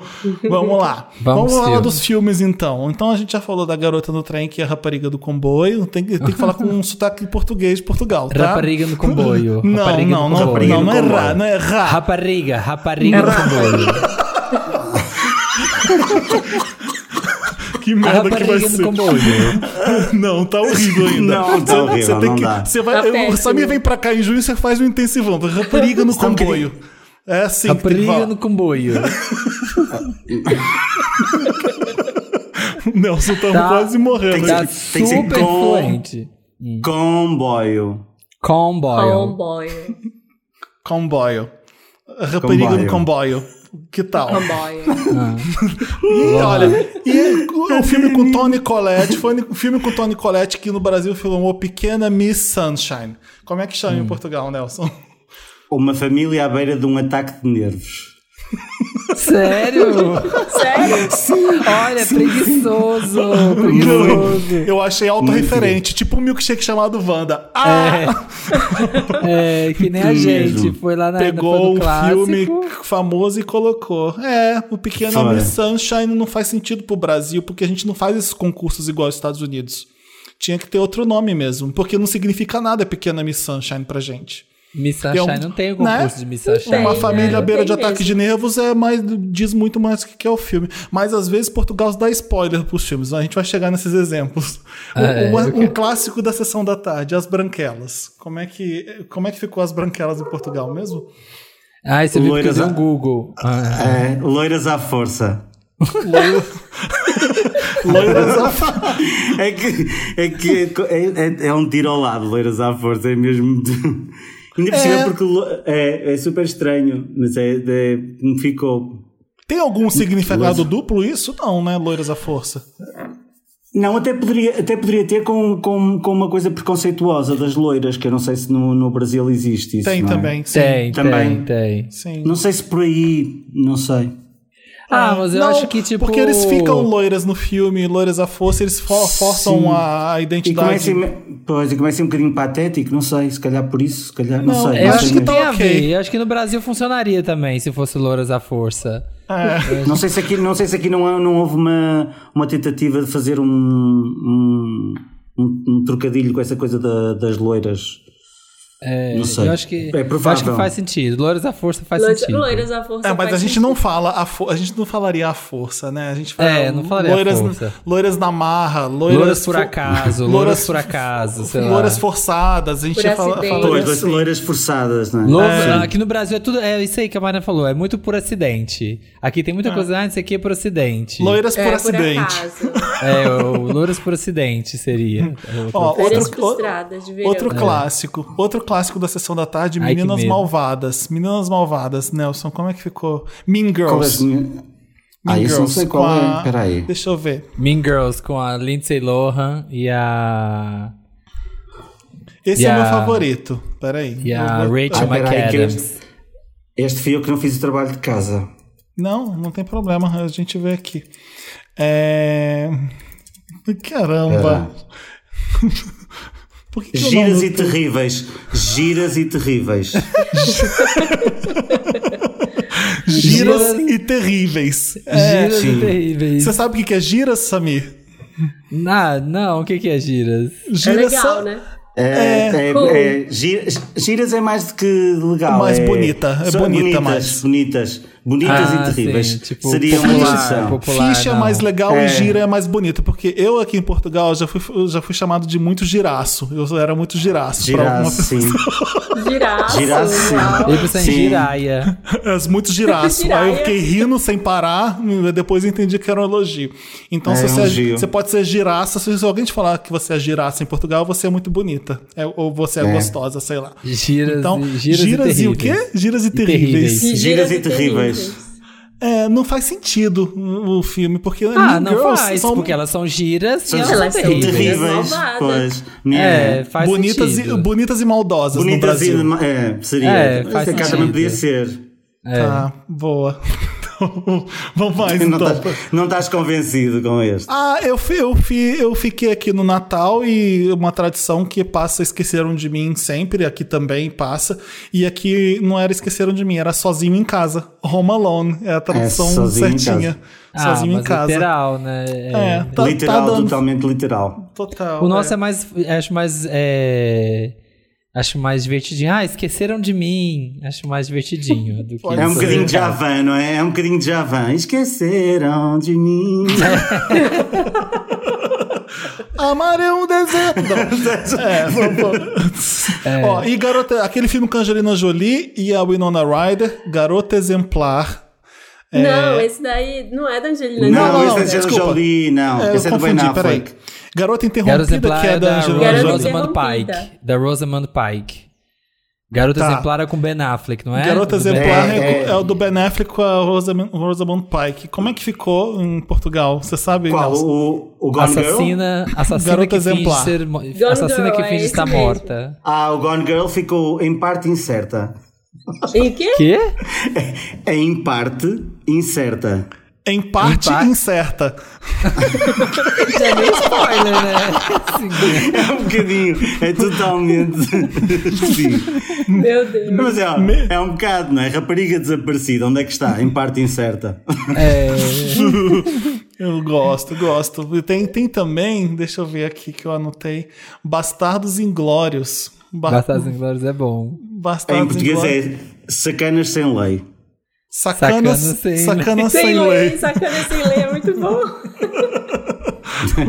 Speaker 3: Vamos lá. Vamos,
Speaker 4: Vamos
Speaker 3: falar
Speaker 4: filmes.
Speaker 3: dos filmes, então. Então a gente já falou da Garota no Trem, que é a rapariga do comboio. Tem, que- tem que falar com um sotaque português de Portugal, tá?
Speaker 4: Rapariga no comboio.
Speaker 3: Não,
Speaker 4: Rapariga
Speaker 3: não,
Speaker 4: no
Speaker 3: não,
Speaker 4: comboio.
Speaker 3: não, não é
Speaker 5: Rapariga
Speaker 3: ra,
Speaker 5: no comboio.
Speaker 3: não é ra.
Speaker 4: Rapariga, rapariga no comboio.
Speaker 3: Que
Speaker 4: A
Speaker 3: merda que vai
Speaker 4: rapariga no
Speaker 3: ser.
Speaker 4: comboio.
Speaker 3: Não, tá horrível ainda.
Speaker 5: Não, tá horrível,
Speaker 3: Você tem
Speaker 5: não
Speaker 3: que,
Speaker 5: dá.
Speaker 3: Você vai,
Speaker 2: Tá
Speaker 3: eu-
Speaker 2: péssimo.
Speaker 3: Samir vem pra cá em junho e você faz um intensivão. Rapariga no
Speaker 5: Está um
Speaker 3: comboio. É assim que tem que
Speaker 4: Rapariga
Speaker 3: falar.
Speaker 4: no comboio.
Speaker 3: Nelson, estamos
Speaker 4: Tá.
Speaker 3: quase morrendo.
Speaker 4: Tá
Speaker 3: aqui.
Speaker 5: tem que ser
Speaker 4: super
Speaker 5: com-
Speaker 4: fluente.
Speaker 5: Comboio.
Speaker 4: Comboio.
Speaker 2: Comboio.
Speaker 3: Comboio. Rapariga no comboio. Que tal?
Speaker 2: Comboio.
Speaker 3: E olha, e o filme com Tony Collette, foi um filme com Tony Collette que no Brasil filmou Pequena Miss Sunshine. Como é que chama em Portugal, Nelson?
Speaker 5: Uma família à beira de um ataque de nervos.
Speaker 4: Sério?
Speaker 2: Sério?
Speaker 4: Olha, preguiçoso. Preguiçoso.
Speaker 3: Eu achei autorreferente, tipo um milkshake chamado Wanda. Ah,
Speaker 4: É. É, que nem a
Speaker 5: Isso
Speaker 4: gente.
Speaker 5: mesmo.
Speaker 4: Foi lá na
Speaker 3: pegou
Speaker 4: foi no
Speaker 3: um
Speaker 4: clássico.
Speaker 3: filme famoso e colocou. É, o Pequena
Speaker 5: Foi.
Speaker 3: Miss Sunshine não faz sentido pro Brasil, porque a gente não faz esses concursos igual aos Estados Unidos. Tinha que ter outro nome mesmo, porque não significa nada Pequena Miss Sunshine pra gente.
Speaker 4: Miss
Speaker 3: É um-
Speaker 4: Sunshine não tem o concurso
Speaker 3: né?
Speaker 4: de Miss Sunshine.
Speaker 3: Uma
Speaker 4: né?
Speaker 3: família à beira de
Speaker 2: Tem
Speaker 3: ataque de nervos é mais, diz muito mais do que é o filme. Mas às vezes Portugal dá spoiler pros filmes. né? A gente vai chegar nesses exemplos. Um-
Speaker 4: É,
Speaker 3: uma-
Speaker 4: eu
Speaker 3: um clássico da sessão da tarde, As Branquelas. Como é que, como é que ficou As Branquelas em Portugal mesmo?
Speaker 4: Ai, você viu que eu
Speaker 5: Loiras
Speaker 4: dei
Speaker 3: né?
Speaker 4: um
Speaker 5: a-
Speaker 4: Google. Ah,
Speaker 5: É, loiras à força.
Speaker 3: Loiras à
Speaker 5: É que, é, que é, é- é um tiro ao lado, loiras à força, é mesmo. Ainda por cima
Speaker 3: É.
Speaker 5: porque lo- é, é super estranho, mas é, é me ficou.
Speaker 3: Tem algum significado duplo isso? Não, né? Loiras à força.
Speaker 5: Não, até poderia, até poderia ter com, com, com uma coisa preconceituosa das loiras, que eu não sei se no, no Brasil existe isso.
Speaker 3: Tem
Speaker 5: não é?
Speaker 3: também. Sim.
Speaker 4: tem, tem,
Speaker 5: também.
Speaker 4: tem.
Speaker 3: Sim.
Speaker 5: Não sei se por aí, não sei.
Speaker 4: Ah, mas eu
Speaker 3: Não,
Speaker 4: acho que tipo.
Speaker 3: Porque eles ficam loiras no filme, loiras à força, eles for-
Speaker 5: Sim.
Speaker 3: forçam a, a
Speaker 5: E
Speaker 3: identidade.
Speaker 5: começa, em- pois, e começa um bocadinho patético, não sei, se calhar por isso, se calhar, não, sei.
Speaker 4: Eu
Speaker 5: não
Speaker 3: Mas
Speaker 4: acho
Speaker 5: sei
Speaker 4: que
Speaker 5: mesmo.
Speaker 3: tá
Speaker 4: tem a
Speaker 3: ok.
Speaker 4: ver. Eu acho que no Brasil funcionaria também, se fosse Louras à Força.
Speaker 5: Não sei se aqui não, sei se aqui não, há- não houve uma, uma tentativa de fazer um, um, um- um trocadilho com essa coisa da- das loiras.
Speaker 4: É,
Speaker 5: Não sei.
Speaker 4: Eu acho que,
Speaker 5: É
Speaker 4: eu
Speaker 5: provável.
Speaker 4: acho que faz sentido. Loiras da Força faz
Speaker 2: Loiras,
Speaker 4: sentido.
Speaker 2: loiras à força.
Speaker 3: É, mas
Speaker 2: faz
Speaker 3: a gente
Speaker 2: sentido.
Speaker 3: não fala, a, fo- a gente não falaria a força, né? A gente fala
Speaker 4: É, não falaria a
Speaker 3: loiras,
Speaker 4: força.
Speaker 3: loiras na marra, loiras,
Speaker 4: Loiras por
Speaker 3: fo-
Speaker 4: acaso, loiras por acaso, sei lá.
Speaker 3: loiras forçadas, a gente
Speaker 2: Por
Speaker 3: ia falar,
Speaker 2: acidente.
Speaker 3: falaria
Speaker 5: Pois,
Speaker 3: assim.
Speaker 5: loiras- loiras forçadas, não é?
Speaker 4: Loura-
Speaker 5: Sim.
Speaker 4: aqui no Brasil é tudo. É isso aí que a Marina falou, é muito por acidente. Aqui tem muita coisa, ah, isso aqui é por acidente.
Speaker 3: loiras por
Speaker 2: É,
Speaker 3: acidente.
Speaker 2: acaso.
Speaker 4: É, o, o Louras por acidente seria. É outro-
Speaker 3: Ó,
Speaker 2: Férias
Speaker 3: outro,
Speaker 2: frustradas de verão.
Speaker 3: outro
Speaker 2: É.
Speaker 3: clássico, outro clássico da sessão da tarde,
Speaker 4: Ai, que
Speaker 3: Meninas
Speaker 4: medo.
Speaker 3: Malvadas. Meninas Malvadas, Nelson, como é que ficou? Mean
Speaker 5: Qual é
Speaker 3: Girls.
Speaker 5: as minhas- Ah, isso eu não sei
Speaker 3: com
Speaker 5: qual
Speaker 3: a-
Speaker 5: é. Peraí.
Speaker 3: Deixa eu ver.
Speaker 4: mean Girls com a Lindsay Lohan e a.
Speaker 3: Esse
Speaker 4: E
Speaker 3: é o meu
Speaker 4: a-
Speaker 3: favorito. Peraí.
Speaker 4: e a
Speaker 3: Eu vou-
Speaker 4: Rachel
Speaker 5: Ah, peraí, que
Speaker 4: McAdams.
Speaker 5: Este fui eu que não fiz o trabalho de casa.
Speaker 3: Não, não tem problema, a gente vê aqui. É... Caramba. Por que que eu
Speaker 5: Giras
Speaker 4: um
Speaker 3: não-
Speaker 5: e terríveis. Giras e terríveis.
Speaker 3: Giras
Speaker 4: Giras-
Speaker 3: e terríveis. É.
Speaker 4: Giras
Speaker 5: sim.
Speaker 4: e terríveis.
Speaker 3: Você sabe o que que é giras, Samir?
Speaker 4: Ah, não, o que, que é giras?
Speaker 2: É
Speaker 3: Giras
Speaker 2: legal,
Speaker 3: são-
Speaker 2: né?
Speaker 5: É, é,
Speaker 2: Cool.
Speaker 5: é, gi- giras é mais do que legal.
Speaker 3: Mais
Speaker 5: é-
Speaker 3: bonita, é
Speaker 5: são
Speaker 3: bonita
Speaker 5: bonitas,
Speaker 3: mais.
Speaker 5: Bonitas. Bonitas
Speaker 4: Ah,
Speaker 5: e terríveis.
Speaker 4: sim, tipo,
Speaker 5: Seria uma
Speaker 4: popular,
Speaker 5: exceção.
Speaker 4: popular,
Speaker 3: Ficha é
Speaker 4: não.
Speaker 3: mais legal
Speaker 5: É.
Speaker 3: e gira é mais bonito, porque eu aqui em Portugal já fui, eu já fui chamado de muito giraço. Eu era muito giraço. pra
Speaker 5: Girar,
Speaker 3: alguma pessoa.
Speaker 5: sim.
Speaker 2: Giraço.
Speaker 5: Girar, sim.
Speaker 2: uau.
Speaker 4: Eu pensei em
Speaker 5: Sim.
Speaker 4: giraia.
Speaker 3: As muito giraço. Aí eu
Speaker 2: Giraia.
Speaker 3: fiquei rindo sem parar, depois entendi que era um elogio. Então,
Speaker 5: É,
Speaker 3: se
Speaker 5: é um
Speaker 3: você, é-
Speaker 5: elogio.
Speaker 3: você pode ser giraça, se alguém te falar que você é giraça em Portugal, você é muito bonita. É, ou você é,
Speaker 5: É.
Speaker 3: gostosa, sei lá.
Speaker 4: Giras,
Speaker 3: então,
Speaker 4: e- giras,
Speaker 3: e, o quê?
Speaker 4: terríveis.
Speaker 3: Giras e,
Speaker 4: E terríveis.
Speaker 3: terríveis.
Speaker 2: Giras
Speaker 5: Giras e
Speaker 2: e
Speaker 5: terríveis.
Speaker 3: É, não faz sentido o filme, porque
Speaker 4: Ah,
Speaker 3: Mean
Speaker 4: não
Speaker 3: Girls
Speaker 4: faz,
Speaker 3: são
Speaker 4: porque elas são giras e
Speaker 5: São-
Speaker 4: elas,
Speaker 2: Elas
Speaker 4: são
Speaker 2: são
Speaker 4: terríveis.
Speaker 5: Terríveis.
Speaker 2: Malvadas.
Speaker 5: Pois.
Speaker 4: É, faz
Speaker 3: bonitas e,
Speaker 4: sentido.
Speaker 3: bonitas e maldosas no
Speaker 5: Bonitas e.
Speaker 3: Brasil.
Speaker 5: É, seria.
Speaker 4: É, faz
Speaker 5: Essa cá
Speaker 4: sentido.
Speaker 5: também podia ser.
Speaker 3: Tá,
Speaker 4: É.
Speaker 3: boa. Então, vamos mais
Speaker 5: Não
Speaker 3: então.
Speaker 5: estás, não estás convencido com este.
Speaker 3: Ah, eu, fi- eu, fi- eu fiquei aqui no Natal e uma tradição que passa Esqueceram de Mim sempre, aqui também passa. E aqui não era Esqueceram de Mim, era Sozinho em Casa. Home Alone, é a tradução
Speaker 5: É, Sozinho em
Speaker 3: certinha.
Speaker 4: Ah,
Speaker 3: sozinho
Speaker 4: mas
Speaker 3: em casa.
Speaker 4: literal, né?
Speaker 3: É, tá,
Speaker 5: literal,
Speaker 3: tá dando.
Speaker 5: totalmente literal.
Speaker 3: Total,
Speaker 4: O nosso
Speaker 3: é.
Speaker 4: é mais. Acho mais. é, acho mais divertidinho. Ah, esqueceram de mim. Acho mais divertidinho. do que
Speaker 3: É
Speaker 5: É um
Speaker 4: isso.
Speaker 5: bocadinho de Javan, não é? É um bocadinho de Javan. Esqueceram de mim.
Speaker 3: Amar é um deserto. Não. é, vamos-
Speaker 4: É.
Speaker 3: Ó, e garota, aquele filme com a Angelina Jolie e a Winona Ryder, Garota Exemplar. É.
Speaker 2: Não, esse daí não é da Angelina
Speaker 5: Não,
Speaker 3: não,
Speaker 5: esse é
Speaker 3: não,
Speaker 5: de Angelina
Speaker 3: desculpa.
Speaker 5: Jolie, não.
Speaker 3: É, eu
Speaker 5: esse é do Ben
Speaker 3: confundi, peraí.
Speaker 5: Affleck.
Speaker 3: Garota
Speaker 4: Quero
Speaker 3: Interrompida,
Speaker 4: exemplar
Speaker 3: que
Speaker 4: é
Speaker 3: é da
Speaker 4: da
Speaker 3: Angelina
Speaker 2: Garota
Speaker 3: Jolie.
Speaker 4: Rosamund
Speaker 2: Interrompida.
Speaker 4: Pike. Da Rosamund Pike. Garota
Speaker 3: Tá.
Speaker 4: exemplar é com Ben Affleck, não é?
Speaker 3: Garota
Speaker 4: Do Ben-
Speaker 3: Exemplar
Speaker 5: Ben-
Speaker 3: é,
Speaker 5: é-
Speaker 3: é o do Ben Affleck com a Rosamund, Rosamund Pike. Como é que ficou em Portugal? Você sabe?
Speaker 5: Qual?
Speaker 3: Nelson?
Speaker 5: O, o Gone Girl?
Speaker 4: Assassina, assassina
Speaker 3: Garota
Speaker 4: que finge
Speaker 3: exemplar.
Speaker 4: ser, mo- assassina
Speaker 2: Girl,
Speaker 4: que
Speaker 2: é
Speaker 4: finge
Speaker 2: esse
Speaker 4: estar
Speaker 2: mesmo.
Speaker 4: morta.
Speaker 5: Ah, o Gone Girl ficou em parte incerta.
Speaker 2: Em quê?
Speaker 4: Quê?
Speaker 5: É em parte incerta.
Speaker 3: Em parte
Speaker 4: Em parte.
Speaker 3: incerta.
Speaker 4: Já é meio spoiler, né? Assim,
Speaker 5: É um bocadinho. É totalmente. Sim.
Speaker 2: Meu Deus.
Speaker 5: Mas é, é um bocado, não é? Rapariga desaparecida. Onde é que está? Em parte incerta.
Speaker 4: é,
Speaker 3: Eu gosto, gosto. E Tem, tem também, deixa eu ver aqui que eu anotei, Bastardos Inglórios. Ba-
Speaker 4: Bastardos Inglórios é bom.
Speaker 3: Bastardos
Speaker 5: em português
Speaker 3: Inglórios.
Speaker 5: é sacanas sem lei.
Speaker 3: Sacanas,
Speaker 4: Sacanas sem-
Speaker 3: sacanas,
Speaker 2: Sem,
Speaker 3: sem
Speaker 2: lei,
Speaker 3: lei.
Speaker 2: sacana sem lei é muito bom.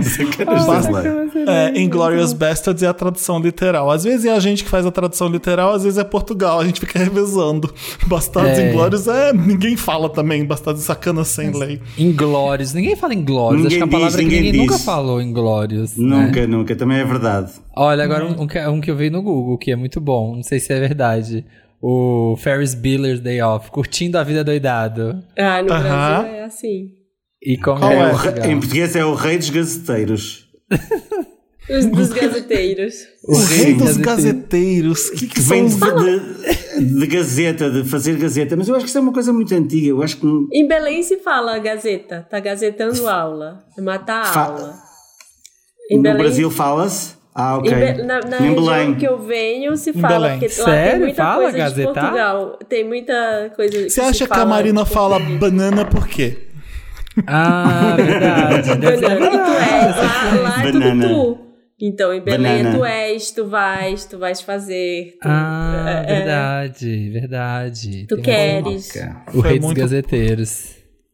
Speaker 5: sacanas sem lei.
Speaker 3: É, Inglorious Bastards é a tradução literal. Às vezes é a gente que faz a tradução literal, às vezes é Portugal, a gente fica revezando. Bastardos
Speaker 4: É.
Speaker 3: Inglórios é. Ninguém fala também, Bastardos e Sacanas sem lei.
Speaker 4: Inglórios. Ninguém fala inglórios. Acho
Speaker 5: Ninguém
Speaker 4: que é uma
Speaker 5: diz,
Speaker 4: palavra que
Speaker 5: ninguém
Speaker 4: ninguém nunca
Speaker 5: diz.
Speaker 4: falou inglórios. né?
Speaker 5: Nunca, nunca. Também é verdade.
Speaker 4: Olha, agora um, um que- um que eu vi no Google, que é muito bom. Não sei se é verdade. O Ferris Bueller's Day Off. Curtindo a vida doidado.
Speaker 2: Ah, no
Speaker 3: Aham.
Speaker 2: Brasil é assim.
Speaker 4: E como
Speaker 3: Qual
Speaker 5: É
Speaker 4: é,
Speaker 5: o
Speaker 3: é?
Speaker 5: re-
Speaker 4: legal.
Speaker 5: em português é o rei dos gazeteiros.
Speaker 2: Os dos gazeteiros.
Speaker 3: O rei
Speaker 5: Sim.
Speaker 3: dos
Speaker 4: gazeteiros.
Speaker 3: gazeteiros. que, que
Speaker 5: Que vem
Speaker 3: são
Speaker 5: de,
Speaker 3: os...
Speaker 5: de- de gazeta, de fazer gazeta. Mas eu acho que isso é uma coisa muito antiga. Eu acho que.
Speaker 2: Em Belém se fala gazeta. Tá gazetando aula. É matar a
Speaker 5: Fa-
Speaker 2: aula. Em
Speaker 5: No
Speaker 2: Belém-
Speaker 5: Brasil fala-se? Ah,
Speaker 2: em
Speaker 5: ok.
Speaker 2: Be- na na
Speaker 5: Em
Speaker 2: região
Speaker 5: Belém.
Speaker 2: que eu venho se
Speaker 3: Em
Speaker 2: fala,
Speaker 3: Belém.
Speaker 2: porque lá
Speaker 4: Sério?
Speaker 2: tem muita
Speaker 4: Fala
Speaker 2: coisa de
Speaker 4: gazetar?
Speaker 2: Portugal. Tem muita coisa
Speaker 3: Você acha que a Marina fala banana por quê?
Speaker 4: Ah, verdade. Deve ser
Speaker 2: Banana, tu
Speaker 4: verdade.
Speaker 2: é, lá, lá é tudo
Speaker 5: Banana.
Speaker 2: tu. Então, em Belém
Speaker 5: Banana.
Speaker 2: tu és, tu vais, tu vais fazer. Tu,
Speaker 4: Ah,
Speaker 2: é, é.
Speaker 4: verdade, verdade.
Speaker 2: Tu
Speaker 4: Tem razão.
Speaker 2: queres.
Speaker 4: O
Speaker 3: Foi
Speaker 4: rei dos
Speaker 3: muito-
Speaker 4: gazeteiros.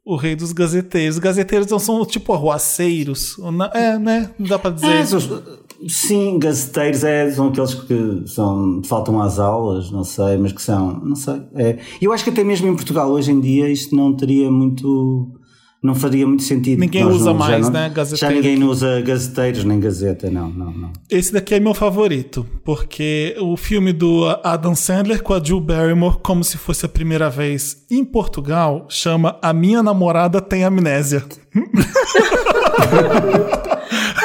Speaker 3: O rei dos gazeteiros. Gazeteiros não são tipo arruaceiros. ou na- É, né? Não dá pra dizer.
Speaker 5: É, são- sim, gazeteiros é, são aqueles que são, faltam às aulas, não sei, mas que são, não sei. É. Eu acho que até mesmo em Portugal hoje em dia isto não teria muito. Não faria muito sentido.
Speaker 3: Ninguém
Speaker 5: Nós
Speaker 3: usa
Speaker 5: não- já
Speaker 3: mais,
Speaker 5: não-
Speaker 3: né,
Speaker 5: Já
Speaker 3: gazeteiro.
Speaker 5: ninguém usa gazeteiros nem gazeta, não, não, não.
Speaker 3: Esse daqui é meu favorito, porque o filme do Adam Sandler com a Jill Barrymore, como se fosse a primeira vez em Portugal, chama A Minha Namorada Tem Amnésia.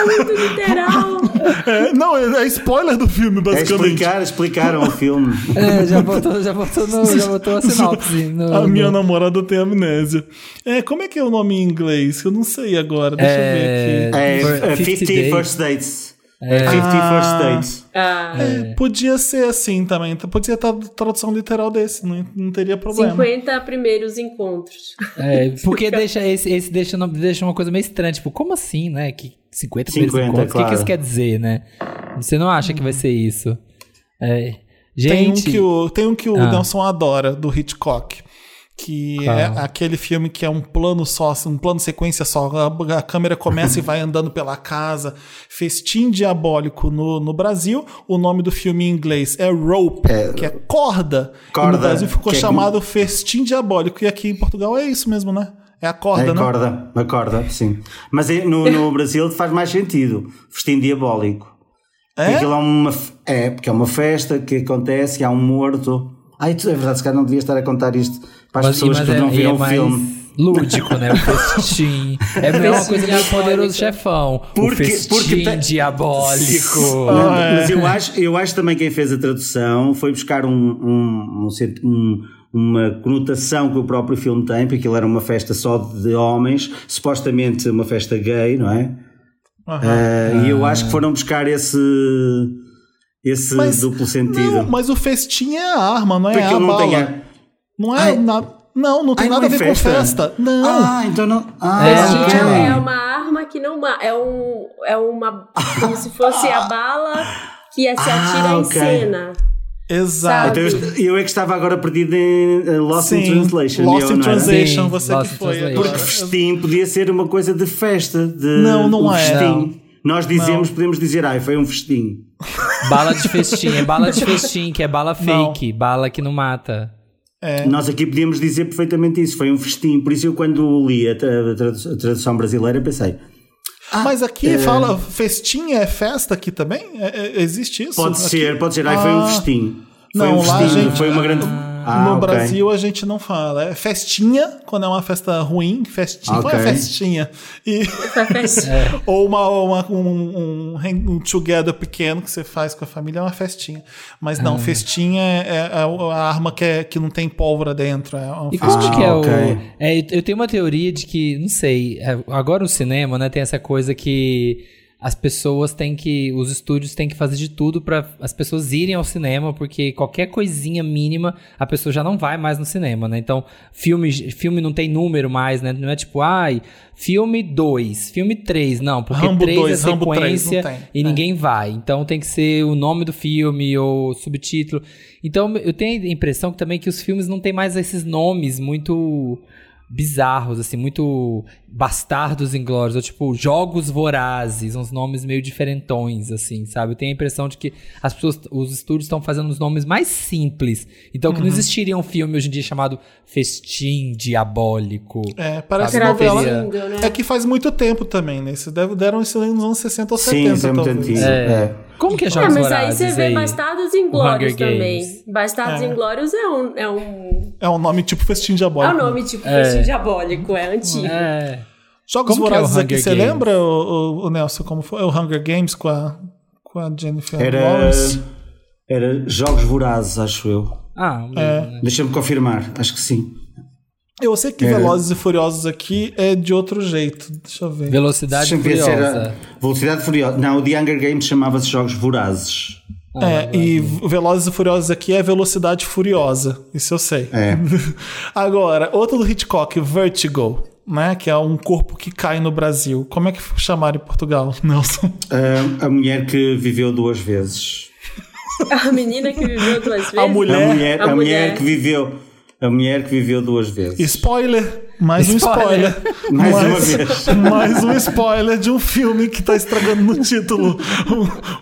Speaker 2: Muito literal.
Speaker 3: É, não, é, é spoiler do filme,
Speaker 5: É
Speaker 3: basicamente.
Speaker 5: explicar, explicaram o filme.
Speaker 4: É, já botou, já botou, no, já botou a sinopse. No,
Speaker 3: a minha
Speaker 4: no-
Speaker 3: namorada tem amnésia. É, como é que é o nome em inglês? Eu não sei agora, deixa eu ver aqui.
Speaker 5: É,
Speaker 4: For- 50
Speaker 5: é 50
Speaker 4: days.
Speaker 5: First Dates. É. 50
Speaker 3: Ah.
Speaker 5: First Dates.
Speaker 2: Ah,
Speaker 3: É, podia ser assim também, então podia estar tradução literal desse, não, não teria problema.
Speaker 2: 50 primeiros encontros.
Speaker 4: É, porque deixa, esse, esse deixa, no- deixa uma coisa meio estranha. Tipo, como assim, né? Que 50 primeiros
Speaker 5: 50,
Speaker 4: encontros? O que que,
Speaker 5: claro.
Speaker 4: isso quer dizer, né? Você não acha que vai ser isso? É,
Speaker 3: Tem um
Speaker 4: gente,
Speaker 3: que o, tem um que o
Speaker 4: Ah.
Speaker 3: Nelson adora, do Hitchcock. Que
Speaker 4: Qual?
Speaker 3: é aquele filme que é um plano só, assim, um plano sequência só. A, a câmera começa e vai andando pela casa. Festim diabólico no, no Brasil. O nome do filme em inglês é Rope, que é corda. e
Speaker 5: Corda,
Speaker 3: no Brasil ficou
Speaker 5: que é-
Speaker 3: chamado Festim Diabólico. E aqui em Portugal é isso mesmo, né? É a corda, né?
Speaker 5: É corda, uma corda, sim. Mas é- no, no Brasil faz mais sentido. Festim diabólico.
Speaker 3: É?
Speaker 5: Aquilo é, uma, f- é, porque é uma festa que acontece, que há um morto. Ai, tu, é verdade, se calhar não devia estar a contar isto para as
Speaker 4: mas,
Speaker 5: pessoas
Speaker 4: mas
Speaker 5: que
Speaker 4: é,
Speaker 5: não
Speaker 4: e
Speaker 5: viram
Speaker 4: é
Speaker 5: o
Speaker 4: mais
Speaker 5: filme.
Speaker 4: lúdico, né? O festim. É meio uma coisa meio
Speaker 2: Diabólico.
Speaker 4: poderoso chefão. o
Speaker 5: Porque-
Speaker 4: festim
Speaker 5: porque tem-
Speaker 4: diabólico.
Speaker 5: Não,
Speaker 3: Ah, é.
Speaker 5: Mas eu acho, eu acho também que quem fez a tradução foi buscar um, um- um sent- um- uma conotação que o próprio filme tem, porque aquilo era uma festa só de homens, supostamente uma festa gay, não é?
Speaker 3: Aham.
Speaker 5: Ah, E eu acho que foram buscar esse, esse
Speaker 3: Mas-
Speaker 5: duplo sentido.
Speaker 3: Não, mas o festim é a arma, não é
Speaker 5: porque
Speaker 3: a
Speaker 5: eu não
Speaker 3: bala.
Speaker 5: tenho.
Speaker 3: Não é
Speaker 5: Ai.
Speaker 3: nada. Não, não tem
Speaker 5: Ai, não
Speaker 3: nada a
Speaker 5: é
Speaker 3: ver com
Speaker 5: festa?
Speaker 3: festa. Não.
Speaker 5: Ah, então não. Ah,
Speaker 4: É,
Speaker 2: Festim
Speaker 5: ok.
Speaker 2: é, é uma arma que não ma- é um é uma como se fosse a bala que se atira
Speaker 5: Ah,
Speaker 2: em
Speaker 5: ok.
Speaker 2: cena.
Speaker 3: Exato.
Speaker 5: Então eu, eu é que estava agora perdido em eh, Lost in
Speaker 3: Sim,
Speaker 5: Translation.
Speaker 3: Lost
Speaker 5: eu
Speaker 3: in
Speaker 5: não era.
Speaker 3: Translation,
Speaker 4: Sim,
Speaker 3: você
Speaker 4: Lost
Speaker 3: que
Speaker 4: in
Speaker 3: foi.
Speaker 4: Translation.
Speaker 3: agora.
Speaker 5: Porque festim podia ser uma coisa de festa. De,
Speaker 3: Não, não
Speaker 5: um
Speaker 3: é.
Speaker 5: Festim. Nós dizemos, podemos dizer, ai, foi um festim.
Speaker 4: Bala de festim, é bala de festim, que é bala
Speaker 3: Não.
Speaker 4: fake, bala que não mata.
Speaker 3: É.
Speaker 5: Nós aqui podíamos dizer perfeitamente isso, foi um festim. Por isso eu, quando li a, tra- a tradu- a tradução brasileira, pensei,
Speaker 3: Ah, Mas aqui
Speaker 5: É.
Speaker 3: fala festinha é festa aqui também? É- é- existe isso?
Speaker 5: pode
Speaker 3: Aqui-
Speaker 5: ser, pode ser, ai, foi
Speaker 3: Ah.
Speaker 5: um festim. Foi
Speaker 3: Não,
Speaker 5: um
Speaker 3: lá,
Speaker 5: festim,
Speaker 3: gente,
Speaker 5: foi uma grande.
Speaker 3: no
Speaker 5: Ah, ok.
Speaker 3: Brasil a gente não fala. É festinha, quando é uma festa ruim, festinha.
Speaker 5: Ok.
Speaker 3: Foi uma festinha. E-
Speaker 4: É.
Speaker 3: Ou uma, uma- um, um, um together pequeno que você faz com a família é uma festinha. Mas não,
Speaker 4: Ah.
Speaker 3: festinha é, é a arma que, é- que não tem pólvora dentro. É uma
Speaker 4: E como
Speaker 5: Ah,
Speaker 4: que é
Speaker 5: ok.
Speaker 4: o. é, eu- eu tenho uma teoria de que, não sei, é, agora o cinema, né, tem essa coisa que as pessoas têm que. Os estúdios têm que fazer de tudo pra as pessoas irem ao cinema, porque qualquer coisinha mínima, a pessoa já não vai mais no cinema, né? Então, filme, filme não tem número mais, né? Não é tipo, ai, filme 2, filme 3, não, porque
Speaker 3: Rambo
Speaker 4: 3
Speaker 3: dois,
Speaker 4: é
Speaker 3: Rambo três, não
Speaker 4: sequência
Speaker 3: tem.
Speaker 4: e
Speaker 3: É.
Speaker 4: ninguém vai. Então tem que ser o nome do filme ou subtítulo. Então eu tenho a impressão que também que os filmes não têm mais esses nomes muito bizarros, assim, muito bastardos inglórios, ou tipo jogos vorazes, uns nomes meio diferentões, assim, sabe? Eu tenho a impressão de que as pessoas, os estúdios estão fazendo uns nomes mais simples. Então que não existiria um filme hoje em dia chamado Festim Diabólico.
Speaker 3: É, parece
Speaker 4: Sabe,
Speaker 3: novela.
Speaker 4: teria-
Speaker 2: né?
Speaker 3: É que faz muito tempo também, né? Isso deve- deram isso nos anos 60 ou 70,
Speaker 5: Sim, isso é muito
Speaker 3: talvez.
Speaker 5: antigo. é.
Speaker 4: Como que é
Speaker 2: Ah,
Speaker 4: jogos
Speaker 2: mas aí
Speaker 4: vorazes
Speaker 2: você vê
Speaker 4: aí?
Speaker 2: Bastardos Inglórios
Speaker 4: Hunger Games.
Speaker 2: também. Bastardos
Speaker 3: É.
Speaker 2: Inglórios é um, é um.
Speaker 3: É um nome tipo festim
Speaker 2: É um
Speaker 3: diabólico.
Speaker 2: nome tipo festim diabólico, é antigo.
Speaker 4: É.
Speaker 3: Jogos
Speaker 4: Como que é
Speaker 3: Vorazes
Speaker 4: o
Speaker 3: aqui,
Speaker 4: Hunger
Speaker 3: você
Speaker 4: Games?
Speaker 3: lembra, o, o- o Nelson, como foi? É O Hunger Games com a, com a Jennifer
Speaker 5: Era,
Speaker 3: Lawrence?
Speaker 5: era Jogos Vorazes, acho eu.
Speaker 4: Ah,
Speaker 5: Deixa-me confirmar, acho que sim.
Speaker 3: Eu sei que
Speaker 5: era-
Speaker 3: Velozes e Furiosos aqui é de outro jeito. Deixa eu ver.
Speaker 4: Velocidade
Speaker 5: Deixa-me ver se era-
Speaker 4: Furiosa.
Speaker 5: Velocidade Furiosa. Não, o The Hunger Games chamava-se Jogos Vorazes.
Speaker 3: é, e
Speaker 4: né?
Speaker 3: Velozes e Furiosos aqui é Velocidade Furiosa. Isso eu sei.
Speaker 5: É.
Speaker 3: Agora, outro do Hitchcock, Vertigo. né? Que é um corpo que cai no Brasil. Como é que chamaram em Portugal, Nelson?
Speaker 5: Ah, a mulher que viveu duas vezes.
Speaker 2: A menina que viveu duas vezes.
Speaker 3: A mulher.
Speaker 5: A mulher,
Speaker 2: Né? A
Speaker 5: a mulher
Speaker 2: mulher.
Speaker 5: que viveu. A mulher que viveu duas vezes.
Speaker 3: Spoiler! Mais
Speaker 4: Spoiler.
Speaker 3: um spoiler.
Speaker 5: Mais uma vez.
Speaker 3: mais um spoiler de um filme que tá estragando no título.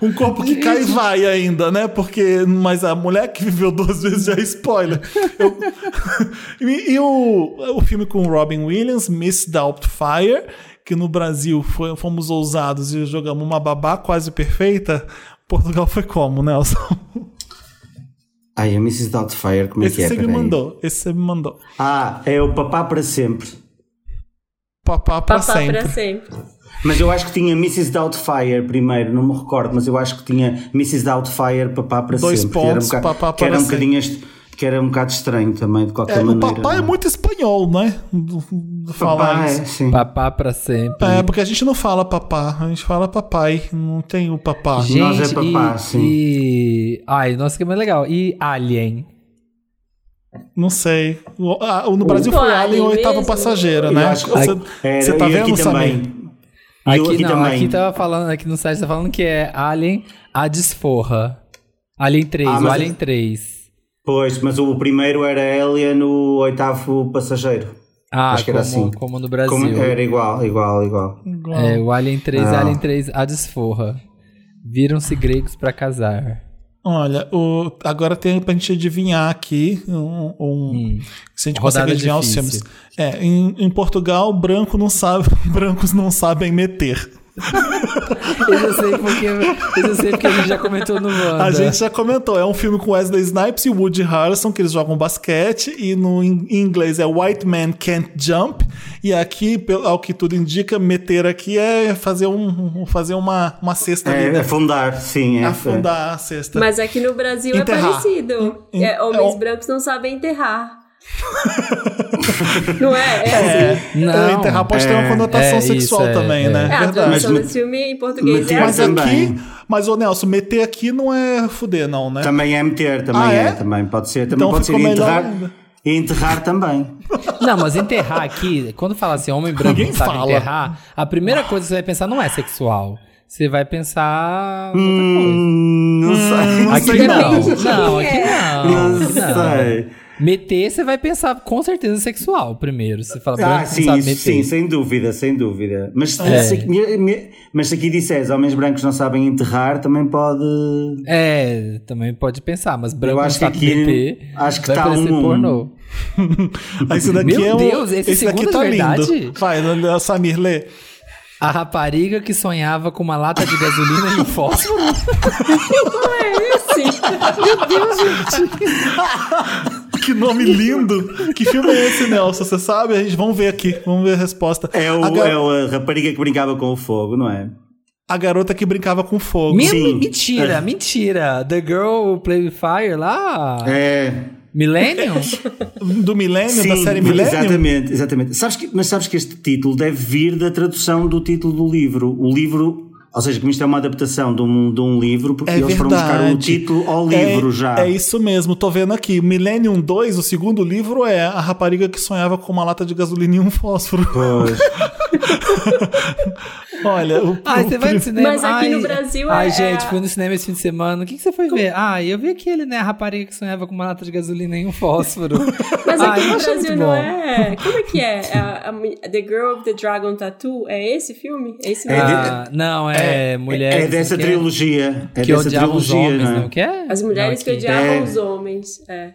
Speaker 3: Um, um corpo que cai e vai ainda, né? Porque. Mas a mulher que viveu duas vezes já é spoiler. Eu- e e o, o filme com Robin Williams, Miss Doubtfire, que no Brasil foi- fomos ousados e jogamos uma babá quase perfeita. Portugal foi como, né, Nelson?
Speaker 5: Ai, a Mrs. Doubtfire, como é que
Speaker 3: Esse
Speaker 5: é?
Speaker 3: você me
Speaker 5: Peraí.
Speaker 3: mandou. Esse você me mandou.
Speaker 5: Ah, é o papá para sempre.
Speaker 3: Papá pra
Speaker 2: Papá
Speaker 3: sempre.
Speaker 2: pra sempre.
Speaker 5: Mas eu acho que tinha Mrs. Doubtfire primeiro, não me recordo, mas eu acho que tinha Mrs. Doubtfire, papá para
Speaker 3: Dois
Speaker 5: sempre. que
Speaker 3: pontos,
Speaker 5: era um bocado,
Speaker 3: papá
Speaker 5: que era
Speaker 3: para
Speaker 5: um bocadinho est- que era um bocado estranho também, de qualquer
Speaker 3: É, o
Speaker 5: maneira.
Speaker 3: papá é muito espanhol, né? Falar
Speaker 5: Papá, é,
Speaker 3: isso.
Speaker 5: sim.
Speaker 4: Papá pra sempre.
Speaker 3: É, porque a gente não fala papá, a gente fala papai, não tem o papá.
Speaker 4: Gente,
Speaker 5: Nós é papá,
Speaker 4: e,
Speaker 5: sim.
Speaker 4: e- Ai, nossa, que mais legal. E Alien.
Speaker 3: Não sei. O- ah, o- no Brasil
Speaker 2: Pô,
Speaker 3: foi
Speaker 2: Alien
Speaker 3: Alien o oitavo
Speaker 2: mesmo?
Speaker 3: passageiro,
Speaker 5: Eu
Speaker 3: né?
Speaker 5: acho que- Era,
Speaker 3: Você tá
Speaker 5: e
Speaker 3: vendo,
Speaker 5: aqui
Speaker 3: Samir?
Speaker 5: também. E eu
Speaker 4: Aqui, não, aqui tava falando, aqui no site tá falando que é Alien a desforra. Alien 3,
Speaker 5: Ah,
Speaker 4: o
Speaker 5: mas-
Speaker 4: Alien 3.
Speaker 5: Pois, mas o primeiro era Alien, o oitavo passageiro.
Speaker 4: Ah,
Speaker 5: Acho que
Speaker 4: como,
Speaker 5: era assim.
Speaker 4: como no Brasil.
Speaker 5: Como- era igual, igual, igual.
Speaker 4: É, o Alien 3
Speaker 5: Ah.
Speaker 4: Alien 3 a desforra. Viram-se gregos pra casar.
Speaker 3: Olha, o- agora tem pra gente adivinhar aqui um. um- Se a gente
Speaker 4: Hum. Rodada
Speaker 3: consegue adivinhar os
Speaker 4: difícil.
Speaker 3: filmes. É, em, em Portugal, branco não sabe, brancos não sabem meter.
Speaker 4: Eu já sei porque, eu já sei porque a gente já comentou no Wanda.
Speaker 3: A gente já comentou, é um filme com Wesley Snipes e Woody Harrelson, que eles jogam basquete, e no in- em inglês é White Man Can't Jump, e aqui, pelo- ao que tudo indica, meter aqui é fazer, um, um- fazer uma, uma cesta ali,
Speaker 5: É,
Speaker 3: né?
Speaker 5: afundar, sim. É,
Speaker 3: afundar a cesta.
Speaker 2: Mas aqui no Brasil
Speaker 3: Enterrar.
Speaker 2: é parecido.
Speaker 3: En-
Speaker 2: É, homens
Speaker 3: é o-
Speaker 2: brancos não sabem enterrar. não é? É assim.
Speaker 3: É,
Speaker 4: Não.
Speaker 3: Enterrar pode ter uma conotação
Speaker 4: é,
Speaker 3: sexual
Speaker 4: isso, é,
Speaker 3: também,
Speaker 4: é.
Speaker 3: né?
Speaker 2: É, a
Speaker 3: Verdade.
Speaker 2: tradução
Speaker 5: Mas-
Speaker 2: desse filme em português
Speaker 5: mas-
Speaker 2: é
Speaker 5: mas-
Speaker 3: Mas
Speaker 2: assim.
Speaker 3: aqui,
Speaker 5: também.
Speaker 3: mas ô Nelson, meter aqui não é fuder, não, né?
Speaker 5: Também é meter, também
Speaker 3: Ah, é?
Speaker 5: é? também pode ser. Também
Speaker 3: Então
Speaker 5: pode ser
Speaker 3: ficou
Speaker 5: e
Speaker 3: melhor
Speaker 5: enterrar.
Speaker 3: ainda.
Speaker 5: E enterrar também.
Speaker 4: Não, mas enterrar aqui, quando fala assim, homem branco
Speaker 3: Ninguém
Speaker 4: não sabe
Speaker 3: fala.
Speaker 4: enterrar, a primeira coisa que você vai pensar não é sexual. Você vai pensar outra coisa.
Speaker 5: Hum, não sei. Não
Speaker 4: Aqui
Speaker 5: sei,
Speaker 4: não.
Speaker 5: não.
Speaker 2: de quem
Speaker 4: Não, aqui
Speaker 2: é.
Speaker 4: não.
Speaker 5: Não
Speaker 4: aqui não.
Speaker 5: sei.
Speaker 4: Meter, você vai pensar com certeza sexual primeiro. Você fala branco
Speaker 5: Ah,
Speaker 4: não
Speaker 5: sim,
Speaker 4: sabe
Speaker 5: isso,
Speaker 4: meter.
Speaker 5: sim, sem dúvida, sem dúvida. Mas se,
Speaker 4: É.
Speaker 5: se- me- me- mas se aqui disseres homens brancos não sabem enterrar, também pode.
Speaker 4: É, também pode pensar, mas branco
Speaker 5: Eu
Speaker 4: não
Speaker 5: acho que
Speaker 4: sabe
Speaker 5: aqui-
Speaker 4: meter.
Speaker 5: acho que
Speaker 4: vai
Speaker 5: tá
Speaker 4: parecer
Speaker 5: um-
Speaker 4: pornô.
Speaker 3: Esse daqui
Speaker 4: Meu
Speaker 3: é um,
Speaker 4: Deus, esse
Speaker 3: daqui
Speaker 4: segundo
Speaker 3: tá
Speaker 4: é de
Speaker 3: lindo.
Speaker 4: verdade?
Speaker 3: Vai, Samir, lê.
Speaker 4: A rapariga que sonhava com uma lata de gasolina e um fósforo.
Speaker 2: É assim.
Speaker 3: Que nome lindo! Que filme é esse, Nelson? Você sabe? A gente vamos ver aqui, vamos ver a resposta.
Speaker 5: É, o,
Speaker 3: a, gar-
Speaker 5: é o- a rapariga que brincava com o fogo, não é?
Speaker 3: a garota que brincava com fogo.
Speaker 4: Me-
Speaker 5: Sim.
Speaker 4: Mentira,
Speaker 5: É.
Speaker 4: mentira. The Girl Who Play with Fire lá.
Speaker 5: É.
Speaker 4: Millennium?
Speaker 3: Do Milênio, da É série Milênio?
Speaker 5: Exatamente, exatamente. Sabes que, mas sabes que este título deve vir da tradução do título do livro. O livro, ou seja, como isto é uma adaptação de um, de um livro, porque
Speaker 3: É
Speaker 5: eles foram buscar o
Speaker 3: verdade.
Speaker 5: título ao
Speaker 3: É-
Speaker 5: livro já.
Speaker 3: É isso mesmo, tô vendo aqui. Millennium 2, o segundo livro é A Rapariga que Sonhava com uma Lata de Gasolina e um Fósforo.
Speaker 5: Pois.
Speaker 3: Olha, o,
Speaker 4: Ai,
Speaker 3: o
Speaker 4: você vai no
Speaker 3: prim-
Speaker 4: cinema.
Speaker 2: Mas aqui
Speaker 4: ai,
Speaker 2: no Brasil é-
Speaker 4: Ai,
Speaker 2: é
Speaker 4: gente,
Speaker 2: a-
Speaker 4: fui no cinema esse fim de semana. O que, que você foi ver? Ah, eu vi aquele, né? A rapariga que sonhava com uma lata de gasolina e um fósforo.
Speaker 2: Mas
Speaker 4: Ai,
Speaker 2: aqui
Speaker 4: eu
Speaker 2: no
Speaker 4: achei muito
Speaker 2: Brasil não
Speaker 4: bom.
Speaker 2: é. Como é que é? A- a mi- the Girl with the Dragon Tattoo? É esse filme? É esse
Speaker 5: É
Speaker 2: mesmo?
Speaker 4: Ah, não, é, mulher.
Speaker 5: é dessa
Speaker 4: que
Speaker 5: trilogia. É
Speaker 4: Que
Speaker 5: dessa
Speaker 4: odiava os
Speaker 5: trilogia,
Speaker 4: homens,
Speaker 5: não
Speaker 4: não
Speaker 5: é?
Speaker 4: que é?
Speaker 2: As mulheres
Speaker 4: Não,
Speaker 2: que
Speaker 4: aqui.
Speaker 2: odiavam
Speaker 5: É.
Speaker 2: os homens. É.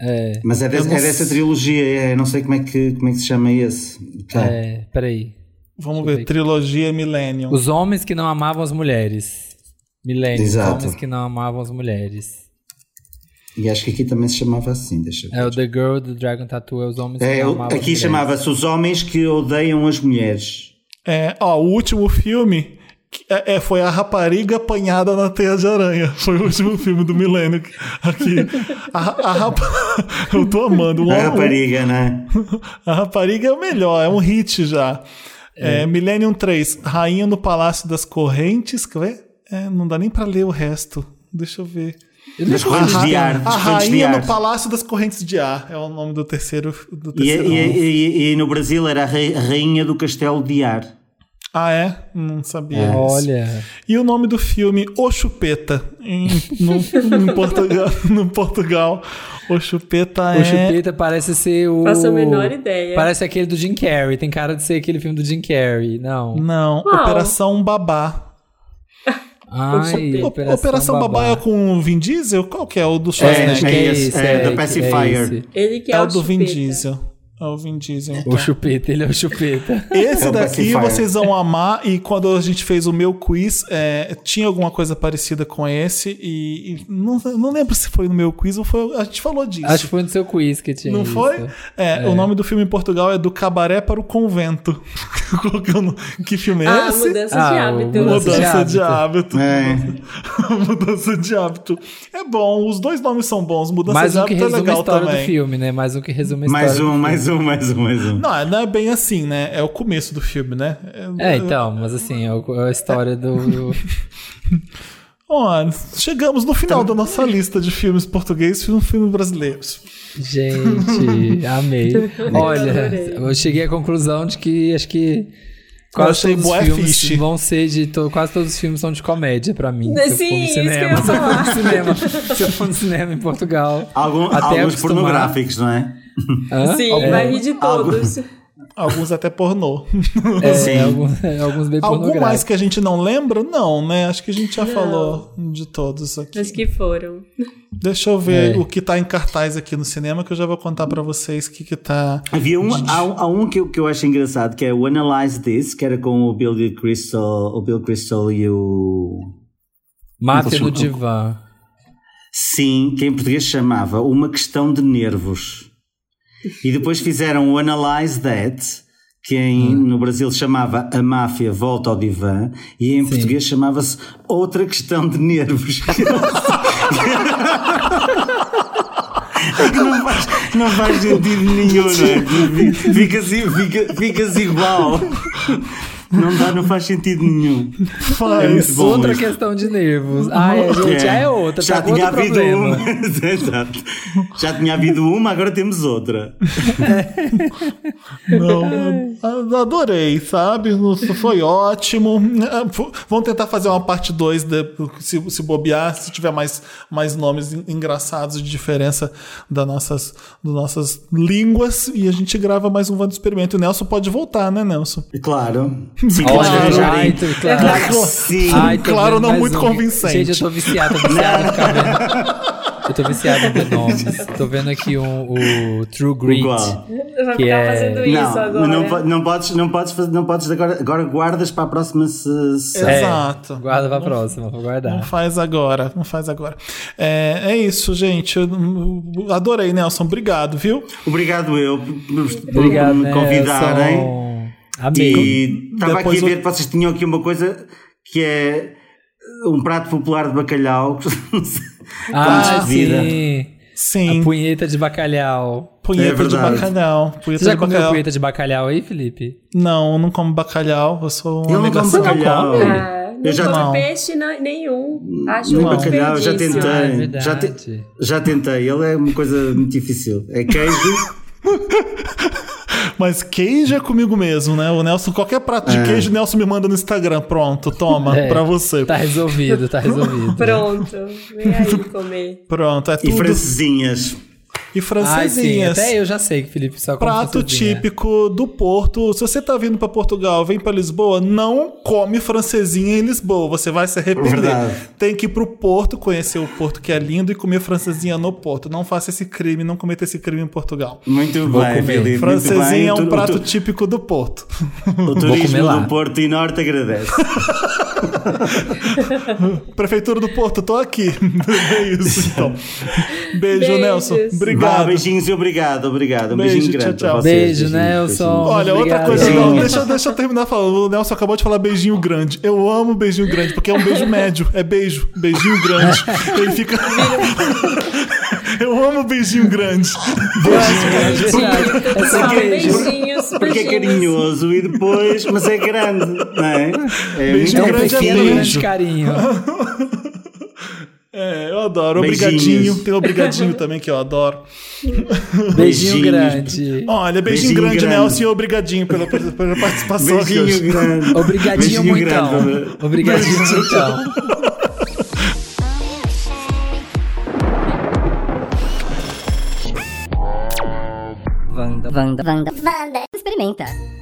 Speaker 4: É,
Speaker 5: Mas é, dessa-
Speaker 3: Eu não
Speaker 5: é dessa
Speaker 3: sei.
Speaker 5: trilogia, é, não sei como é que, como é que se chama esse. Tá.
Speaker 4: é, peraí.
Speaker 3: Vamos ver, trilogia Millennium.
Speaker 4: Os homens que não amavam as mulheres. Milênio. Os
Speaker 5: Exato.
Speaker 4: homens que não amavam as mulheres.
Speaker 5: E acho que aqui também se chamava assim, deixa eu ver.
Speaker 4: É o The Girl do Dragon Tattoo, é os homens que
Speaker 5: É,
Speaker 4: não
Speaker 5: eu-
Speaker 4: amavam as
Speaker 5: aqui
Speaker 4: mulheres.
Speaker 5: chamava-se Os Homens que Odeiam as Mulheres.
Speaker 3: É, ó, o último filme que- é, é, foi A Rapariga Apanhada na Teia de Aranha. Foi o último filme do milênio que- aqui. A, a rapa- Eu tô amando. O-
Speaker 5: A rapariga, não é?
Speaker 3: a rapariga é o melhor, é um hit já. É, Millennium 3, Rainha no Palácio das Correntes. Quer ver? É, não dá nem pra ler o resto. Deixa eu ver.
Speaker 5: Das correntes de ar.
Speaker 3: A
Speaker 5: Das correntes de
Speaker 3: Rainha
Speaker 5: ar.
Speaker 3: no Palácio das Correntes de Ar é o nome do terceiro. Do
Speaker 5: E, é.
Speaker 3: terceiro
Speaker 5: e- e- e no Brasil era a rei- a rainha do castelo de ar.
Speaker 3: Ah, é? Não sabia. disso.
Speaker 4: Olha.
Speaker 3: E o nome do filme O Chupeta. Em, no, em Portugal, no Portugal, O Chupeta é.
Speaker 4: O Chupeta parece ser o.
Speaker 2: Faço a menor ideia.
Speaker 4: Parece aquele do Jim Carrey. Tem cara de ser aquele filme do Jim Carrey. Não.
Speaker 3: Não,
Speaker 2: Qual?
Speaker 3: Operação Babá.
Speaker 4: Ai,
Speaker 3: O- Operação, Babá é com o Vin Diesel? Qual que é? O do
Speaker 4: acho
Speaker 3: Schwarzenegger?
Speaker 4: que
Speaker 5: é
Speaker 4: é
Speaker 5: esse,
Speaker 4: esse,
Speaker 5: é,
Speaker 4: é,
Speaker 5: do
Speaker 4: que-
Speaker 5: Pacifier.
Speaker 4: esse.
Speaker 2: Ele que
Speaker 3: É,
Speaker 2: é,
Speaker 3: o do Vin
Speaker 2: chupeta.
Speaker 3: Diesel. É o Vin Diesel. então.
Speaker 4: O Chupeta, ele é o Chupeta.
Speaker 3: Esse
Speaker 5: É o
Speaker 3: daqui
Speaker 5: Pacifier.
Speaker 3: vocês vão amar. E quando a gente fez o meu quiz, é, tinha alguma coisa parecida com esse. E, e não, não lembro se foi no meu quiz ou foi. A gente falou disso.
Speaker 4: Acho que foi no seu quiz que tinha.
Speaker 3: Não
Speaker 4: isso.
Speaker 3: foi? É, O nome do filme em Portugal é Do Cabaré para o Convento. Colocando- que filme é
Speaker 2: Ah,
Speaker 3: esse?
Speaker 2: mudança de
Speaker 4: Ah, o
Speaker 2: hábito.
Speaker 4: mudança de
Speaker 3: Mudança de
Speaker 4: hábito.
Speaker 3: hábito.
Speaker 5: É.
Speaker 3: mudança de hábito. É bom, os dois nomes são bons. Mudança
Speaker 4: Mais
Speaker 3: de
Speaker 4: um que
Speaker 3: hábito é
Speaker 4: resume a
Speaker 3: legal
Speaker 4: história do
Speaker 3: também.
Speaker 4: filme, né? Mais um que resume a história.
Speaker 5: Mais
Speaker 4: do
Speaker 5: um,
Speaker 4: filme.
Speaker 5: mais um, mais um, mais um.
Speaker 3: Não, não é bem assim, né? É o começo do filme, né?
Speaker 4: É, então, mas assim, é o- é a história do.
Speaker 3: Ó, chegamos no final da nossa lista de filmes portugueses e filmes brasileiros.
Speaker 4: Gente, amei. Olha,
Speaker 2: adorei.
Speaker 4: eu cheguei à conclusão de que acho que quase
Speaker 3: achei
Speaker 4: todos
Speaker 3: boa
Speaker 4: os filmes
Speaker 3: fiche.
Speaker 4: vão ser de. to- quase todos os filmes são de comédia pra mim. se eu for
Speaker 2: Sim,
Speaker 4: no
Speaker 2: isso que eu ia
Speaker 4: cinema. se eu for
Speaker 2: falar.
Speaker 4: no cinema. Se eu for no cinema em Portugal.
Speaker 5: Algum-
Speaker 4: Até
Speaker 5: alguns
Speaker 4: acostumar.
Speaker 5: pornográficos, não é?
Speaker 4: Hã? É,
Speaker 2: Sim,
Speaker 4: né? Algum-
Speaker 2: vai rir de
Speaker 5: Algo-
Speaker 2: todos.
Speaker 3: Alguns até pornô.
Speaker 4: é,
Speaker 5: Sim.
Speaker 4: alguns, é, alguns bem
Speaker 3: Algum mais
Speaker 4: pornográficos.
Speaker 3: que a gente não lembra? Não, né? Acho que a gente já falou de todos aqui.
Speaker 2: Mas que foram.
Speaker 3: Deixa eu ver
Speaker 4: É.
Speaker 3: o que tá em cartaz aqui no cinema, que eu já vou contar pra vocês o que, que tá.
Speaker 5: Havia um, há, um- há um que eu, que eu acho engraçado, que é o Analyze This, que era com o Bill de Crystal, o Bill Crystal e o.
Speaker 4: Mate
Speaker 5: Deixa
Speaker 4: no
Speaker 5: eu-
Speaker 4: divã.
Speaker 5: Sim, que em português chamava Uma Questão de Nervos. E depois fizeram o Analyze That, que em- no Brasil chamava A Máfia Volta ao Divã, e em português chamava-se Outra Questão de Nervos. É que não faz, não faz sentido nenhum, não é? Ficas, fica, ficas igual. Não, dá, não faz sentido nenhum.
Speaker 3: Faz.
Speaker 5: É muito bom
Speaker 4: Outra
Speaker 5: isso.
Speaker 4: questão de nervos. Ah, é, gente, ah, é outra.
Speaker 5: Já um.
Speaker 4: tá com
Speaker 5: tinha
Speaker 4: outro
Speaker 5: havido
Speaker 4: problema.
Speaker 5: uma. Exato. Já tinha havido uma, agora temos outra.
Speaker 3: Não, eu adorei, sabe? Nossa, Foi ótimo. Vamos tentar fazer uma parte 2 se, se bobear, se tiver mais, mais nomes en- engraçados de diferença das nossas, das nossas línguas. E a gente grava mais um Vando Experimento. O Nelson pode voltar, né, Nelson?
Speaker 5: Claro. Sim,
Speaker 4: Claro,
Speaker 5: claro.
Speaker 4: ai, tu- claro.
Speaker 5: que sim.
Speaker 4: É Ai, tô
Speaker 3: Claro,
Speaker 4: vendo
Speaker 3: não
Speaker 4: mais um
Speaker 3: muito convincente.
Speaker 4: Gente, eu tô viciado, tô viciado em ficar vendo. Eu tô viciado em ver nomes. Tô vendo aqui um, o True Grit.
Speaker 5: Igual.
Speaker 2: Vai
Speaker 4: Que
Speaker 2: ficar
Speaker 4: é-
Speaker 2: fazendo
Speaker 5: Não,
Speaker 2: isso agora.
Speaker 5: não, po- não podes, não podes, fazer- não podes agora, agora guardas para a próxima sessão.
Speaker 4: É,
Speaker 3: Exato.
Speaker 4: Guarda pra
Speaker 3: Não-
Speaker 4: próxima, vou
Speaker 3: Não
Speaker 4: guardar.
Speaker 3: faz agora, não faz agora. É, é isso, gente. Eu adorei, Nelson. Obrigado, viu?
Speaker 5: Obrigado eu por, por- por
Speaker 4: Obrigado,
Speaker 5: me
Speaker 4: né,
Speaker 5: convidarem.
Speaker 4: Nelson. Amei.
Speaker 5: E estava aqui
Speaker 3: Depois
Speaker 5: a
Speaker 3: o-
Speaker 5: ver que vocês tinham aqui uma coisa que é um prato popular de bacalhau.
Speaker 4: Ah,
Speaker 5: Como se vira.
Speaker 4: sim.
Speaker 3: Sim.
Speaker 4: A punheta de bacalhau.
Speaker 5: É
Speaker 3: Punheta de
Speaker 5: verdade.
Speaker 3: bacalhau. Punheta
Speaker 4: Você já
Speaker 3: de
Speaker 4: comeu
Speaker 3: bacalhau.
Speaker 4: punheta de bacalhau aí, Felipe?
Speaker 3: Não, eu não como bacalhau. Eu sou um
Speaker 5: Eu não como
Speaker 3: negação.
Speaker 5: bacalhau.
Speaker 2: Ah, não
Speaker 5: Eu já-
Speaker 2: come
Speaker 3: Não.
Speaker 2: peixe na- nenhum. Acho
Speaker 5: Nem
Speaker 2: um
Speaker 5: bacalhau, já
Speaker 2: desperdício.
Speaker 5: tentei.
Speaker 4: Ah, é
Speaker 5: Tem, já
Speaker 4: verdade.
Speaker 5: Já tentei, ele é uma coisa muito difícil. É queijo.
Speaker 3: Mas queijo é comigo mesmo, né? O Nelson, qualquer prato
Speaker 5: É.
Speaker 3: de queijo, o Nelson me manda no Instagram. Pronto, toma,
Speaker 4: É,
Speaker 3: pra você.
Speaker 4: Tá resolvido, tá resolvido.
Speaker 2: Pronto. Vem aí comer.
Speaker 3: Pronto, é
Speaker 5: E
Speaker 3: tudo.
Speaker 5: francesinhas.
Speaker 4: Ai,
Speaker 3: E
Speaker 4: sim,
Speaker 3: francesinhas.
Speaker 4: até eu já sei que o Felipe só come
Speaker 3: Prato
Speaker 4: francesinha.
Speaker 3: típico do Porto. Se você tá vindo pra Portugal, vem pra Lisboa, não come francesinha em Lisboa. Você vai se arrepender.
Speaker 5: Verdade.
Speaker 3: Tem que ir pro Porto, conhecer o Porto que é lindo e comer francesinha no Porto. Não faça esse crime, não cometa esse crime em Portugal.
Speaker 5: Muito
Speaker 4: Vou
Speaker 5: bem,
Speaker 4: comer.
Speaker 5: Filipe. muito bem.
Speaker 3: Francesinha é
Speaker 5: O
Speaker 3: um
Speaker 5: tu-
Speaker 3: prato
Speaker 5: O, tu-
Speaker 3: típico do Porto.
Speaker 5: o
Speaker 4: comer
Speaker 5: turismo
Speaker 4: lá.
Speaker 5: do Porto e Norte agradece.
Speaker 3: Prefeitura do Porto, tô aqui. É isso, então. Beijo,
Speaker 2: Beijos.
Speaker 3: Nelson.
Speaker 5: Vá,
Speaker 3: Obrigado.
Speaker 5: beijinhos e obrigado, obrigado. Um
Speaker 3: Beijo,
Speaker 5: beijinho
Speaker 3: tchau,
Speaker 5: grande.
Speaker 3: tchau.
Speaker 5: para vocês.
Speaker 4: Beijo,
Speaker 5: Beijinhos,
Speaker 4: Nelson.
Speaker 3: Olha, outra
Speaker 4: Obrigado.
Speaker 3: coisa,
Speaker 5: Beijinho.
Speaker 3: não, deixa, deixa eu terminar falando. O Nelson acabou de falar beijinho grande. Eu amo beijinho grande, porque é um beijo médio. É beijo, beijinho grande. Ele fica. Eu amo beijinho grande.
Speaker 4: Beijo, Thiago.
Speaker 2: Gente,
Speaker 4: Essa
Speaker 2: pessoal,
Speaker 4: igreja.
Speaker 2: beijinhos,
Speaker 5: Porque é
Speaker 2: beijinhos.
Speaker 5: carinhoso e depois, mas é grande, não é? É
Speaker 3: Beijo
Speaker 5: muito
Speaker 4: É um
Speaker 3: grande
Speaker 4: pequeno
Speaker 3: beijo.
Speaker 4: grande carinho.
Speaker 3: É, eu adoro.
Speaker 5: Beijinhos.
Speaker 3: Obrigadinho. Tem obrigadinho também que eu adoro.
Speaker 4: Beijinho
Speaker 5: Beijinhos.
Speaker 4: grande.
Speaker 3: Olha, beijinho,
Speaker 5: Beijinho
Speaker 3: grande,
Speaker 5: grande.
Speaker 3: Nelson, e obrigadinho pela, pela participação aqui hoje.
Speaker 5: Beijinho grande. né?
Speaker 4: Obrigadinho
Speaker 5: Beijinho
Speaker 4: muitão.
Speaker 5: grande, Bárbara.
Speaker 4: Obrigadinho muitão.
Speaker 1: Vanda. Vanda. Vanda. Vanda. Experimenta.